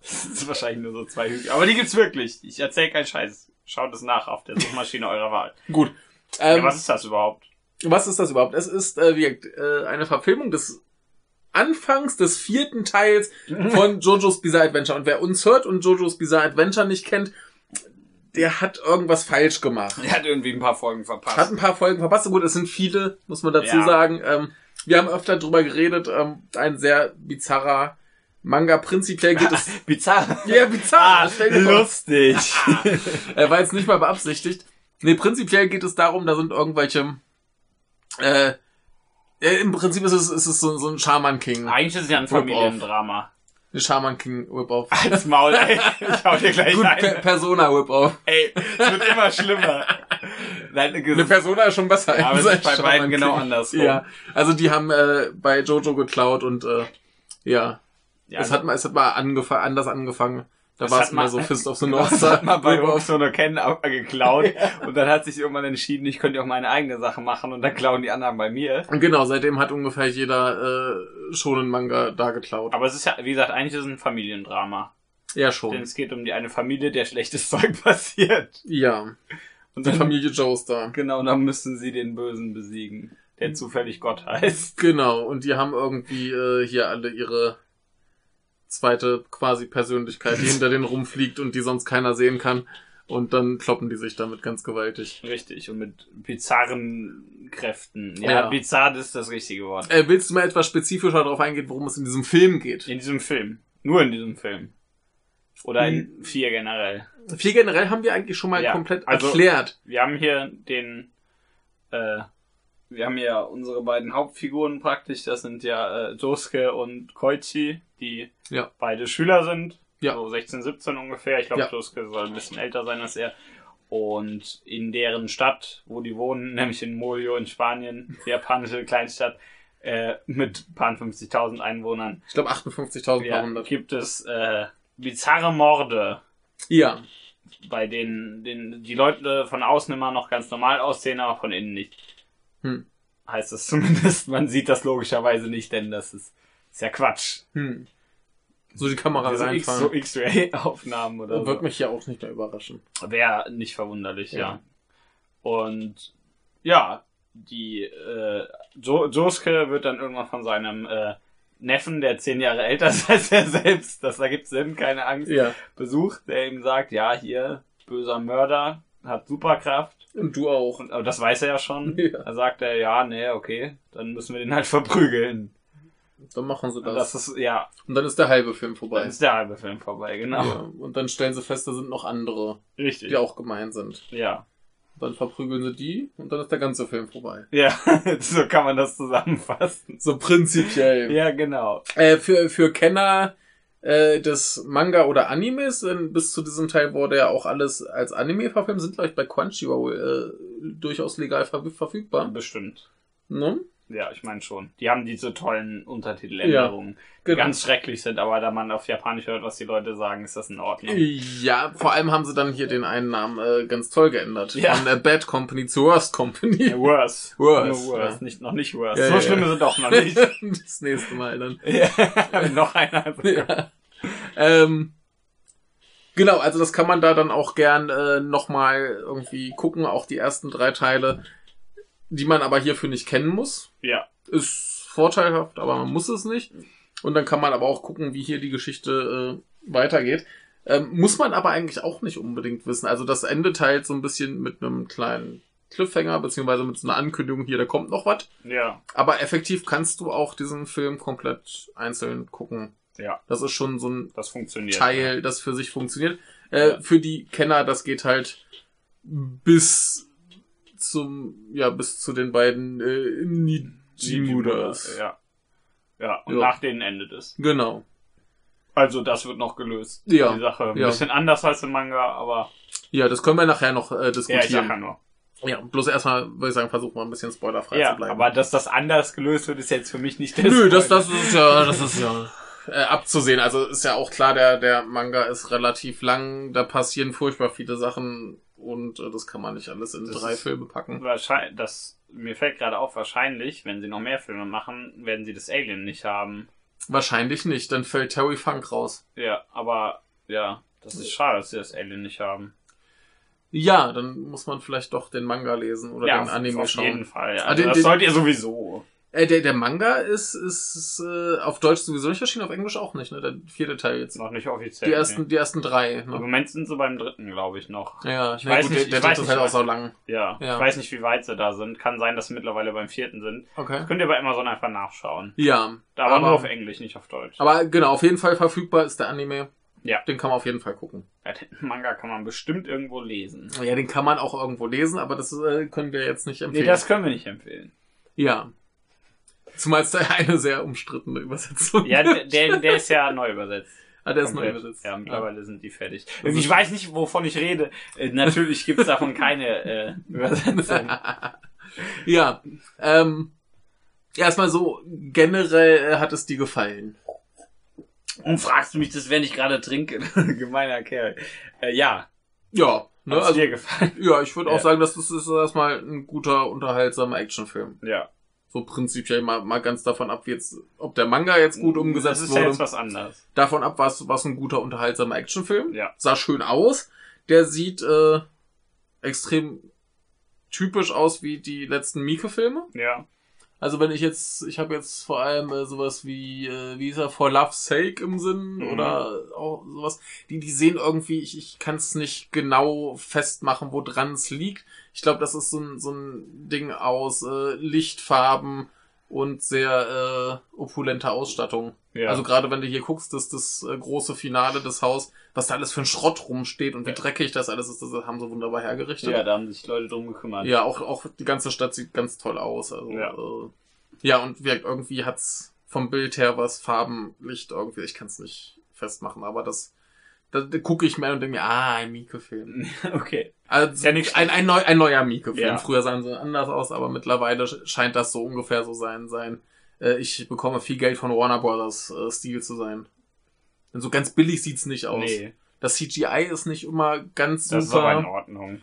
[SPEAKER 2] das sind wahrscheinlich nur so zwei Hügel. Aber die gibt's wirklich. Ich erzähle keinen Scheiß. Schaut es nach auf der Suchmaschine eurer Wahl.
[SPEAKER 1] gut.
[SPEAKER 2] ja,
[SPEAKER 1] Ähm,
[SPEAKER 2] was ist das überhaupt?
[SPEAKER 1] Was ist das überhaupt? Es ist äh, wie, gesagt, äh, eine Verfilmung des Anfangs des vierten Teils von Jojo's Bizarre Adventure. Und wer uns hört und Jojo's Bizarre Adventure nicht kennt, der hat irgendwas falsch gemacht.
[SPEAKER 2] Er hat irgendwie ein paar Folgen
[SPEAKER 1] Hat
[SPEAKER 2] verpasst.
[SPEAKER 1] ein paar Folgen verpasst. Gut, es sind viele, muss man dazu
[SPEAKER 2] Ja.
[SPEAKER 1] sagen. Ähm, wir haben öfter drüber geredet. Ähm, ein sehr bizarrer Manga. Prinzipiell geht es...
[SPEAKER 2] Bizarr. Ah,
[SPEAKER 1] Ja, bizarr. Stell dir vor,
[SPEAKER 2] lustig.
[SPEAKER 1] Er war jetzt nicht mal beabsichtigt. Nee, prinzipiell geht es darum, da sind irgendwelche. Äh, äh, Im Prinzip ist es, ist es so, so ein Shaman King.
[SPEAKER 2] Eigentlich ist es ja ein Familiendrama.
[SPEAKER 1] Ein Shaman King Whip-Off.
[SPEAKER 2] Als Maul, ey. Ich hau dir gleich
[SPEAKER 1] Gut, per
[SPEAKER 2] ein.
[SPEAKER 1] Persona Whip-Off.
[SPEAKER 2] Ey, es wird immer schlimmer. Nein,
[SPEAKER 1] Eine Persona ist schon besser.
[SPEAKER 2] Ja, aber
[SPEAKER 1] als
[SPEAKER 2] es ist
[SPEAKER 1] ein
[SPEAKER 2] bei
[SPEAKER 1] Shaman
[SPEAKER 2] beiden genau
[SPEAKER 1] King.
[SPEAKER 2] andersrum.
[SPEAKER 1] Ja, also die haben äh, bei Jojo geklaut und äh, ja,
[SPEAKER 2] ja, also
[SPEAKER 1] es hat mal, es hat mal angef anders angefangen. Da
[SPEAKER 2] Es
[SPEAKER 1] war
[SPEAKER 2] hat
[SPEAKER 1] es mal
[SPEAKER 2] mal-
[SPEAKER 1] so Fist of the
[SPEAKER 2] Genau,
[SPEAKER 1] North
[SPEAKER 2] das hat
[SPEAKER 1] Star.
[SPEAKER 2] man bei
[SPEAKER 1] Whip-Off.
[SPEAKER 2] Hobbs und Ken auch mal geklaut. Und dann hat sich irgendwann entschieden, ich könnte ja auch meine eigene Sache machen und dann klauen die anderen bei mir.
[SPEAKER 1] Und genau, seitdem hat ungefähr jeder äh, schon einen Manga da geklaut.
[SPEAKER 2] Aber es ist ja, wie gesagt, eigentlich ist es ein Familiendrama.
[SPEAKER 1] Ja,
[SPEAKER 2] Denn
[SPEAKER 1] schon.
[SPEAKER 2] es geht um die eine Familie, der schlechtes Zeug passiert.
[SPEAKER 1] Ja,
[SPEAKER 2] Und
[SPEAKER 1] die
[SPEAKER 2] dann,
[SPEAKER 1] Familie Joestar.
[SPEAKER 2] genau, dann müssen sie den Bösen besiegen, der zufällig Gott heißt.
[SPEAKER 1] Genau, und die haben irgendwie äh, hier alle ihre zweite quasi Persönlichkeit, die hinter denen rumfliegt und die sonst keiner sehen kann. Und dann kloppen die sich damit ganz gewaltig.
[SPEAKER 2] Richtig, und mit bizarren Kräften. Ja,
[SPEAKER 1] Ja.
[SPEAKER 2] bizarr ist das richtige Wort.
[SPEAKER 1] Äh, willst du mal etwas spezifischer darauf eingehen, worum es in diesem Film geht?
[SPEAKER 2] In diesem Film. Nur in diesem Film. Oder in vier generell.
[SPEAKER 1] Viel generell haben wir eigentlich schon mal
[SPEAKER 2] Ja,
[SPEAKER 1] komplett
[SPEAKER 2] also-
[SPEAKER 1] erklärt.
[SPEAKER 2] Wir haben hier den, äh, wir haben ja unsere beiden Hauptfiguren praktisch, das sind ja äh, Josuke und Koichi, die
[SPEAKER 1] Ja.
[SPEAKER 2] beide Schüler sind,
[SPEAKER 1] Ja.
[SPEAKER 2] so 16, 17 ungefähr. Ich glaube,
[SPEAKER 1] Ja.
[SPEAKER 2] Josuke soll ein bisschen älter sein als er. Und in deren Stadt, wo die wohnen, nämlich in Molio in Spanien, die japanische Kleinstadt, äh, mit paar 50.000 Einwohnern,
[SPEAKER 1] Ich glaube 58.000
[SPEAKER 2] ja,
[SPEAKER 1] ja.
[SPEAKER 2] gibt es äh, bizarre Morde
[SPEAKER 1] ja,
[SPEAKER 2] bei denen, denen die Leute von außen immer noch ganz normal aussehen, aber von innen nicht.
[SPEAKER 1] Hm.
[SPEAKER 2] Heißt das zumindest, man sieht das logischerweise nicht, denn das ist, ist ja Quatsch.
[SPEAKER 1] hm. Also So die Kamera
[SPEAKER 2] so X- so
[SPEAKER 1] reinfahren.
[SPEAKER 2] X-Ray-Aufnahmen oder
[SPEAKER 1] Wird
[SPEAKER 2] so.
[SPEAKER 1] mich ja auch nicht mehr überraschen.
[SPEAKER 2] Wäre nicht verwunderlich, ja.
[SPEAKER 1] Ja.
[SPEAKER 2] Und ja, die äh, jo Josuke wird dann irgendwann von seinem äh, Neffen, der zehn Jahre älter ist als er selbst, das ergibt Sinn, keine Angst,
[SPEAKER 1] Ja.
[SPEAKER 2] besucht, der ihm sagt, ja, hier, böser Mörder, hat Superkraft.
[SPEAKER 1] Und du auch.
[SPEAKER 2] Und, aber das weiß er ja schon.
[SPEAKER 1] Ja.
[SPEAKER 2] Da sagt er, ja, nee, okay, dann müssen wir den halt verprügeln.
[SPEAKER 1] Dann machen sie
[SPEAKER 2] Und
[SPEAKER 1] das.
[SPEAKER 2] das ist, ja,
[SPEAKER 1] Und dann ist der halbe Film vorbei.
[SPEAKER 2] dann ist der halbe Film vorbei, genau.
[SPEAKER 1] Ja, und dann stellen sie fest, da sind noch andere,
[SPEAKER 2] Richtig.
[SPEAKER 1] die auch gemein sind.
[SPEAKER 2] Ja.
[SPEAKER 1] Dann verprügeln sie die und dann ist der ganze Film vorbei.
[SPEAKER 2] Ja, so kann man das zusammenfassen.
[SPEAKER 1] So prinzipiell.
[SPEAKER 2] Ja, genau.
[SPEAKER 1] äh, für, für Kenner äh, des Manga oder Animes, denn bis zu diesem Teil wurde ja auch alles als Anime verfilmt, sind gleich bei Crunchyroll äh, durchaus legal ver verfügbar.
[SPEAKER 2] Bestimmt.
[SPEAKER 1] Ne?
[SPEAKER 2] Ja, ich meine schon. Die haben diese tollen Untertiteländerungen, die
[SPEAKER 1] Genau.
[SPEAKER 2] ganz schrecklich sind, aber da man auf Japanisch hört, was die Leute sagen, ist das in Ordnung.
[SPEAKER 1] ja, vor allem haben sie dann hier den einen Namen äh, ganz toll geändert.
[SPEAKER 2] Ja.
[SPEAKER 1] Von der Bad Company zu Worst Company.
[SPEAKER 2] Worse.
[SPEAKER 1] Worse,
[SPEAKER 2] Nur worse.
[SPEAKER 1] ja.
[SPEAKER 2] Nicht, noch nicht worse.
[SPEAKER 1] Ja,
[SPEAKER 2] so
[SPEAKER 1] ja,
[SPEAKER 2] schlimm
[SPEAKER 1] ja.
[SPEAKER 2] ist es doch noch nicht.
[SPEAKER 1] das nächste Mal dann.
[SPEAKER 2] ja. Noch einer.
[SPEAKER 1] Ja. Ähm, Genau, also das kann man da dann auch gern äh, nochmal irgendwie gucken, auch die ersten drei Teile, die man aber hierfür nicht kennen muss.
[SPEAKER 2] Ja.
[SPEAKER 1] Ist vorteilhaft, aber man muss es nicht. Und dann kann man aber auch gucken, wie hier die Geschichte äh, weitergeht. Ähm, muss man aber eigentlich auch nicht unbedingt wissen. Also das Ende teilt so ein bisschen mit einem kleinen Cliffhanger, beziehungsweise mit so einer Ankündigung hier, da kommt noch was.
[SPEAKER 2] Ja.
[SPEAKER 1] Aber effektiv kannst du auch diesen Film komplett einzeln gucken.
[SPEAKER 2] Ja.
[SPEAKER 1] Das ist schon so ein
[SPEAKER 2] Das funktioniert.
[SPEAKER 1] Teil, das für sich funktioniert. Äh,
[SPEAKER 2] Ja.
[SPEAKER 1] Für die Kenner, das geht halt bis zum, ja, bis zu den beiden äh, Nijimuras.
[SPEAKER 2] Ja. Ja, und
[SPEAKER 1] Ja.
[SPEAKER 2] nach denen endet es.
[SPEAKER 1] Genau.
[SPEAKER 2] Also das wird noch gelöst.
[SPEAKER 1] Ja.
[SPEAKER 2] Die Sache. Ein
[SPEAKER 1] Ja.
[SPEAKER 2] bisschen anders als im Manga, aber
[SPEAKER 1] Ja, das können wir nachher noch äh,
[SPEAKER 2] ja, ich sag ja
[SPEAKER 1] diskutieren.
[SPEAKER 2] nur.
[SPEAKER 1] Ja, bloß erstmal, würde ich sagen, versuchen wir ein bisschen spoilerfrei
[SPEAKER 2] Ja,
[SPEAKER 1] zu bleiben.
[SPEAKER 2] aber dass das anders gelöst wird, ist jetzt für mich nicht der
[SPEAKER 1] Nö, das,
[SPEAKER 2] Spoiler.
[SPEAKER 1] das ist ja, das ist ja äh, abzusehen. Also ist ja auch klar, der, der Manga ist relativ lang, da passieren furchtbar viele Sachen und äh, das kann man nicht alles in
[SPEAKER 2] Das
[SPEAKER 1] drei
[SPEAKER 2] ist-
[SPEAKER 1] Filme packen.
[SPEAKER 2] Wahrscheinlich, das, mir fällt gerade auf, wahrscheinlich, wenn sie noch mehr Filme machen, werden sie das Alien nicht haben.
[SPEAKER 1] Wahrscheinlich nicht, dann fällt Terry Funk raus.
[SPEAKER 2] Ja, aber ja, das ist schade, dass sie das Alien nicht haben.
[SPEAKER 1] Ja, dann muss man vielleicht doch den Manga lesen oder
[SPEAKER 2] ja,
[SPEAKER 1] den Anime
[SPEAKER 2] auf jeden
[SPEAKER 1] schauen.
[SPEAKER 2] Fall. Also,
[SPEAKER 1] Ah, den-
[SPEAKER 2] das
[SPEAKER 1] den-
[SPEAKER 2] sollt ihr sowieso.
[SPEAKER 1] Äh, der, der Manga ist, ist äh, auf Deutsch sowieso nicht erschienen, auf Englisch auch nicht, ne? Der vierte Teil
[SPEAKER 2] Ist
[SPEAKER 1] jetzt.
[SPEAKER 2] noch nicht offiziell.
[SPEAKER 1] Die
[SPEAKER 2] nee.
[SPEAKER 1] ersten, die ersten drei.
[SPEAKER 2] Im
[SPEAKER 1] Ne?
[SPEAKER 2] Moment sind sie beim dritten, glaube ich, noch.
[SPEAKER 1] Ja, ich
[SPEAKER 2] weiß
[SPEAKER 1] gut,
[SPEAKER 2] nicht,
[SPEAKER 1] der, der
[SPEAKER 2] ich weiß
[SPEAKER 1] dritte
[SPEAKER 2] nicht,
[SPEAKER 1] Teil
[SPEAKER 2] ich
[SPEAKER 1] auch
[SPEAKER 2] weiß
[SPEAKER 1] so lang.
[SPEAKER 2] Ja.
[SPEAKER 1] Ja.
[SPEAKER 2] Ich weiß nicht, wie weit sie da sind. Kann sein, dass sie mittlerweile beim vierten sind.
[SPEAKER 1] Okay.
[SPEAKER 2] Könnt ihr bei Amazon einfach nachschauen.
[SPEAKER 1] Ja.
[SPEAKER 2] Aber,
[SPEAKER 1] Aber-
[SPEAKER 2] nur auf Englisch, nicht auf Deutsch.
[SPEAKER 1] Aber genau, auf jeden Fall verfügbar ist der Anime.
[SPEAKER 2] Ja.
[SPEAKER 1] Den kann man auf jeden Fall gucken.
[SPEAKER 2] ja, den Manga kann man bestimmt irgendwo lesen.
[SPEAKER 1] Ja, den kann man auch irgendwo lesen, aber das äh, können wir jetzt nicht empfehlen.
[SPEAKER 2] Nee, das können wir nicht empfehlen.
[SPEAKER 1] ja. Zumal es da eine sehr umstrittene Übersetzung
[SPEAKER 2] Ja,
[SPEAKER 1] gibt.
[SPEAKER 2] der, der der ist ja neu übersetzt.
[SPEAKER 1] ah, der ist neu
[SPEAKER 2] Komplett.
[SPEAKER 1] übersetzt.
[SPEAKER 2] Ja, mittlerweile sind die fertig.
[SPEAKER 1] Das
[SPEAKER 2] ich
[SPEAKER 1] ist-
[SPEAKER 2] weiß nicht, wovon ich rede. Äh, natürlich gibt's davon keine äh, Übersetzung.
[SPEAKER 1] ja, ähm, erstmal so, generell äh, hat es dir gefallen.
[SPEAKER 2] Und fragst du mich das, wenn ich gerade trinke? Gemeiner Kerl. Äh, ja,
[SPEAKER 1] Ja,
[SPEAKER 2] ne,
[SPEAKER 1] ne,
[SPEAKER 2] hat's
[SPEAKER 1] also,
[SPEAKER 2] dir gefallen.
[SPEAKER 1] ja, ich würde
[SPEAKER 2] Ja.
[SPEAKER 1] auch sagen, das ist, ist erstmal ein guter, unterhaltsamer Actionfilm.
[SPEAKER 2] Ja.
[SPEAKER 1] So prinzipiell mal, mal ganz davon ab, wie jetzt, ob der Manga jetzt gut umgesetzt
[SPEAKER 2] Mm, Das ist ja
[SPEAKER 1] wurde.
[SPEAKER 2] jetzt was anderes.
[SPEAKER 1] davon ab, was was ein guter, unterhaltsamer Actionfilm.
[SPEAKER 2] Ja.
[SPEAKER 1] Sah schön aus. Der sieht äh, extrem typisch aus wie die letzten Mieke-Filme.
[SPEAKER 2] Ja.
[SPEAKER 1] Also wenn ich jetzt, ich habe jetzt vor allem äh, sowas wie, äh, wie ist er, For Love's Sake im Sinn
[SPEAKER 2] Mhm.
[SPEAKER 1] oder auch sowas, die, die sehen irgendwie, ich, ich kann es nicht genau festmachen, wo dran es liegt. Ich glaube, das ist so ein, so ein Ding aus äh, Lichtfarben und sehr äh, opulenter Ausstattung.
[SPEAKER 2] ja.
[SPEAKER 1] Also gerade wenn du hier guckst, dass das äh, große Finale des Haus, was da alles für ein Schrott rumsteht und wie
[SPEAKER 2] Ja.
[SPEAKER 1] dreckig das alles ist, das haben sie wunderbar hergerichtet.
[SPEAKER 2] ja, da haben sich Leute drum gekümmert.
[SPEAKER 1] Ja, auch, auch die ganze Stadt sieht ganz toll aus. Also,
[SPEAKER 2] Ja.
[SPEAKER 1] ja. Äh, ja, und wirkt irgendwie hat's vom Bild her was, Farben, Licht irgendwie, ich kann's nicht festmachen, aber das, da, da gucke ich mir an und denke mir, ah, ein Mieke-Film.
[SPEAKER 2] Okay.
[SPEAKER 1] Also,
[SPEAKER 2] ja nicht
[SPEAKER 1] ein, ein, neu, ein neuer Mieke-Film.
[SPEAKER 2] Ja.
[SPEAKER 1] Früher sahen sie anders aus, aber mittlerweile sch- scheint das so ungefähr so sein, sein. Äh, ich bekomme viel Geld von Warner Brothers äh, Stil zu sein. Denn so ganz billig sieht's nicht aus.
[SPEAKER 2] Nee,
[SPEAKER 1] Das CGI ist nicht immer ganz
[SPEAKER 2] das ist aber in
[SPEAKER 1] super.
[SPEAKER 2] Ordnung.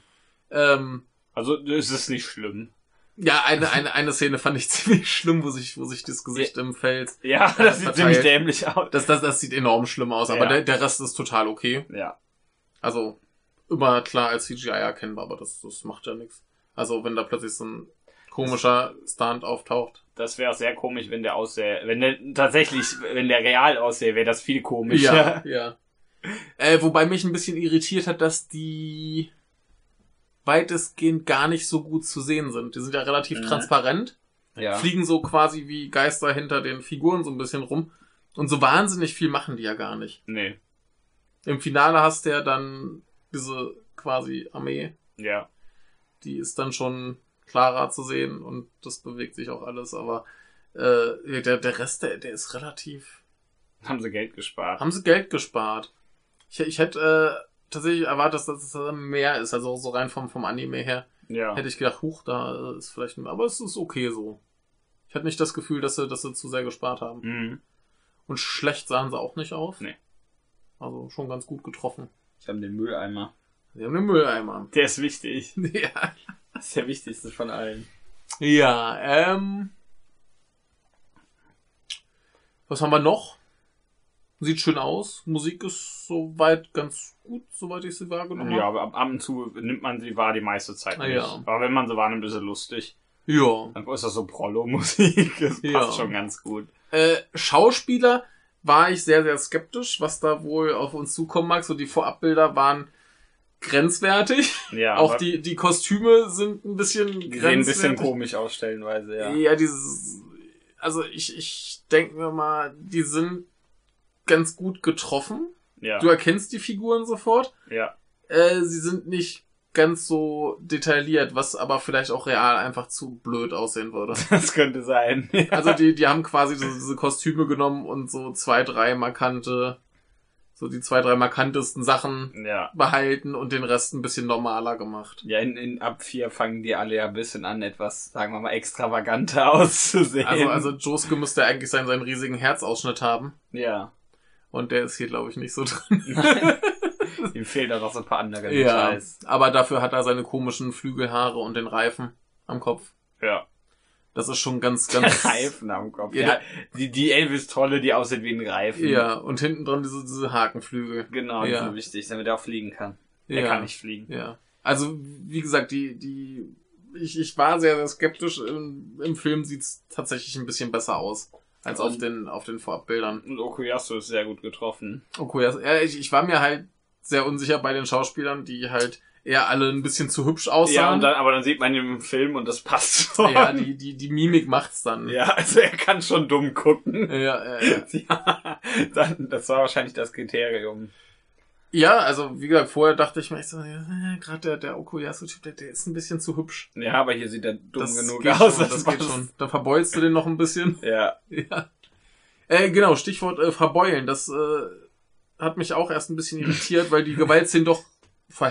[SPEAKER 1] Ähm,
[SPEAKER 2] Also, es ist nicht schlimm.
[SPEAKER 1] Ja, eine, eine, eine Szene fand ich ziemlich schlimm, wo sich, wo sich das Gesicht im Feld.
[SPEAKER 2] Ja, das sieht
[SPEAKER 1] verteilt.
[SPEAKER 2] ziemlich dämlich aus.
[SPEAKER 1] Das, das, das sieht enorm schlimm aus, aber
[SPEAKER 2] Ja.
[SPEAKER 1] der, der Rest ist total okay.
[SPEAKER 2] Ja.
[SPEAKER 1] Also, immer klar als CGI erkennbar, aber das, das macht ja nichts. Also, wenn da plötzlich so ein komischer Stunt auftaucht.
[SPEAKER 2] Das wäre sehr komisch, wenn der aussähe. Wenn der tatsächlich, wenn der real aussähe, wäre das viel
[SPEAKER 1] Ja,
[SPEAKER 2] komischer.
[SPEAKER 1] ja. Äh, wobei mich ein bisschen irritiert hat, dass die weitestgehend gar nicht so gut zu sehen sind. Die sind ja relativ
[SPEAKER 2] Mhm.
[SPEAKER 1] transparent.
[SPEAKER 2] Ja.
[SPEAKER 1] fliegen so quasi wie Geister hinter den Figuren so ein bisschen rum. Und so wahnsinnig viel machen die ja gar nicht.
[SPEAKER 2] Nee.
[SPEAKER 1] Im Finale hast du ja dann diese quasi Armee,
[SPEAKER 2] Ja.
[SPEAKER 1] die ist dann schon klarer zu sehen und das bewegt sich auch alles, aber äh, der, der Rest, der, der ist relativ.
[SPEAKER 2] Haben sie Geld gespart.
[SPEAKER 1] Haben sie Geld gespart? Ich, ich hätte äh, tatsächlich erwartet, dass das äh, mehr ist, also so rein vom, vom Anime her.
[SPEAKER 2] Ja.
[SPEAKER 1] Hätte ich gedacht, huch, da äh, ist vielleicht. ein- Aber es ist okay so. Ich hatte nicht das Gefühl, dass sie, dass sie zu sehr gespart haben.
[SPEAKER 2] Mhm.
[SPEAKER 1] Und schlecht sahen sie auch nicht aus.
[SPEAKER 2] Nee.
[SPEAKER 1] Also schon ganz gut getroffen.
[SPEAKER 2] Sie haben den Mülleimer.
[SPEAKER 1] Sie haben den Mülleimer.
[SPEAKER 2] Der ist wichtig.
[SPEAKER 1] ja.
[SPEAKER 2] Das ist der wichtigste von allen.
[SPEAKER 1] Ja, ähm. Was haben wir noch? Sieht schön aus. Musik ist soweit ganz gut, soweit ich sie wahrgenommen
[SPEAKER 2] Ja,
[SPEAKER 1] habe.
[SPEAKER 2] aber ab ab und zu nimmt man sie wahr die meiste Zeit
[SPEAKER 1] Ah,
[SPEAKER 2] nicht.
[SPEAKER 1] ja.
[SPEAKER 2] Aber wenn man sie wahrnimmt, ist sie lustig.
[SPEAKER 1] Ja.
[SPEAKER 2] Dann ist das so Prollo-Musik. Das passt
[SPEAKER 1] Ja.
[SPEAKER 2] schon ganz gut.
[SPEAKER 1] Äh, Schauspieler war ich sehr, sehr skeptisch, was da wohl auf uns zukommen mag. So die Vorabbilder waren grenzwertig.
[SPEAKER 2] Ja,
[SPEAKER 1] Auch
[SPEAKER 2] aber
[SPEAKER 1] die, die Kostüme sind ein bisschen
[SPEAKER 2] die sehen ein
[SPEAKER 1] grenzwertig.
[SPEAKER 2] bisschen komisch aus stellenweise,
[SPEAKER 1] Ja,
[SPEAKER 2] ja.
[SPEAKER 1] dieses, also ich, ich denke mir mal, die sind ganz gut getroffen.
[SPEAKER 2] Ja,
[SPEAKER 1] Du erkennst die Figuren sofort.
[SPEAKER 2] ja.
[SPEAKER 1] Äh, sie sind nicht ganz so detailliert, was aber vielleicht auch real einfach zu blöd aussehen würde.
[SPEAKER 2] das könnte sein.
[SPEAKER 1] Also die, die haben quasi so diese Kostüme genommen und so zwei, drei markante, so die zwei, drei markantesten Sachen
[SPEAKER 2] ja.
[SPEAKER 1] behalten und den Rest ein bisschen normaler gemacht.
[SPEAKER 2] Ja, in, in ab 4 fangen die alle ja ein bisschen an, etwas, sagen wir mal, extravaganter auszusehen.
[SPEAKER 1] Also, also Joske müsste eigentlich seinen, seinen riesigen Herzausschnitt haben.
[SPEAKER 2] ja.
[SPEAKER 1] Und der ist hier, glaube ich, nicht so drin.
[SPEAKER 2] Ihm fehlen da noch so ein paar andere
[SPEAKER 1] Ja.
[SPEAKER 2] Details.
[SPEAKER 1] Aber dafür hat er seine komischen Flügelhaare und den Reifen am Kopf.
[SPEAKER 2] Ja.
[SPEAKER 1] Das ist schon ganz,
[SPEAKER 2] Der
[SPEAKER 1] ganz.
[SPEAKER 2] Reifen am Kopf.
[SPEAKER 1] Ja,
[SPEAKER 2] Ja, die, die Elvis-Trolle, die aussieht wie ein Reifen.
[SPEAKER 1] Ja, und hinten dran diese, diese Hakenflügel.
[SPEAKER 2] Genau, die
[SPEAKER 1] Ja.
[SPEAKER 2] sind wichtig, damit er auch fliegen kann.
[SPEAKER 1] Ja.
[SPEAKER 2] Er kann nicht fliegen.
[SPEAKER 1] Ja. Also, wie gesagt, die, die, ich, ich war sehr, sehr skeptisch. Im, im Film sieht's tatsächlich ein bisschen besser aus als auf
[SPEAKER 2] Und-
[SPEAKER 1] den, auf den Vorabbildern.
[SPEAKER 2] Und Okuyasu ist sehr gut getroffen.
[SPEAKER 1] Okay, also, ja, ich, ich war mir halt sehr unsicher bei den Schauspielern, die halt eher alle ein bisschen zu hübsch
[SPEAKER 2] Ja,
[SPEAKER 1] aussahen.
[SPEAKER 2] und dann, aber dann sieht man ihn im Film und das passt schon.
[SPEAKER 1] ja die, die, die Mimik macht's dann.
[SPEAKER 2] Ja, also er kann schon dumm gucken.
[SPEAKER 1] Ja, ja, ja.
[SPEAKER 2] Ja, dann, das war wahrscheinlich das Kriterium.
[SPEAKER 1] ja, also wie gesagt, vorher dachte ich mir echt so, äh, gerade der, der Okuyasu-Typ, der, der ist ein bisschen zu hübsch.
[SPEAKER 2] Ja, aber hier sieht er dumm genug
[SPEAKER 1] geht
[SPEAKER 2] aus.
[SPEAKER 1] schon, das geht
[SPEAKER 2] passt.
[SPEAKER 1] schon. Dann verbeulst du den noch ein bisschen.
[SPEAKER 2] Ja,
[SPEAKER 1] Ja. Äh, genau, Stichwort äh, verbeulen. Das äh, hat mich auch erst ein bisschen irritiert, weil die Gewaltszenen doch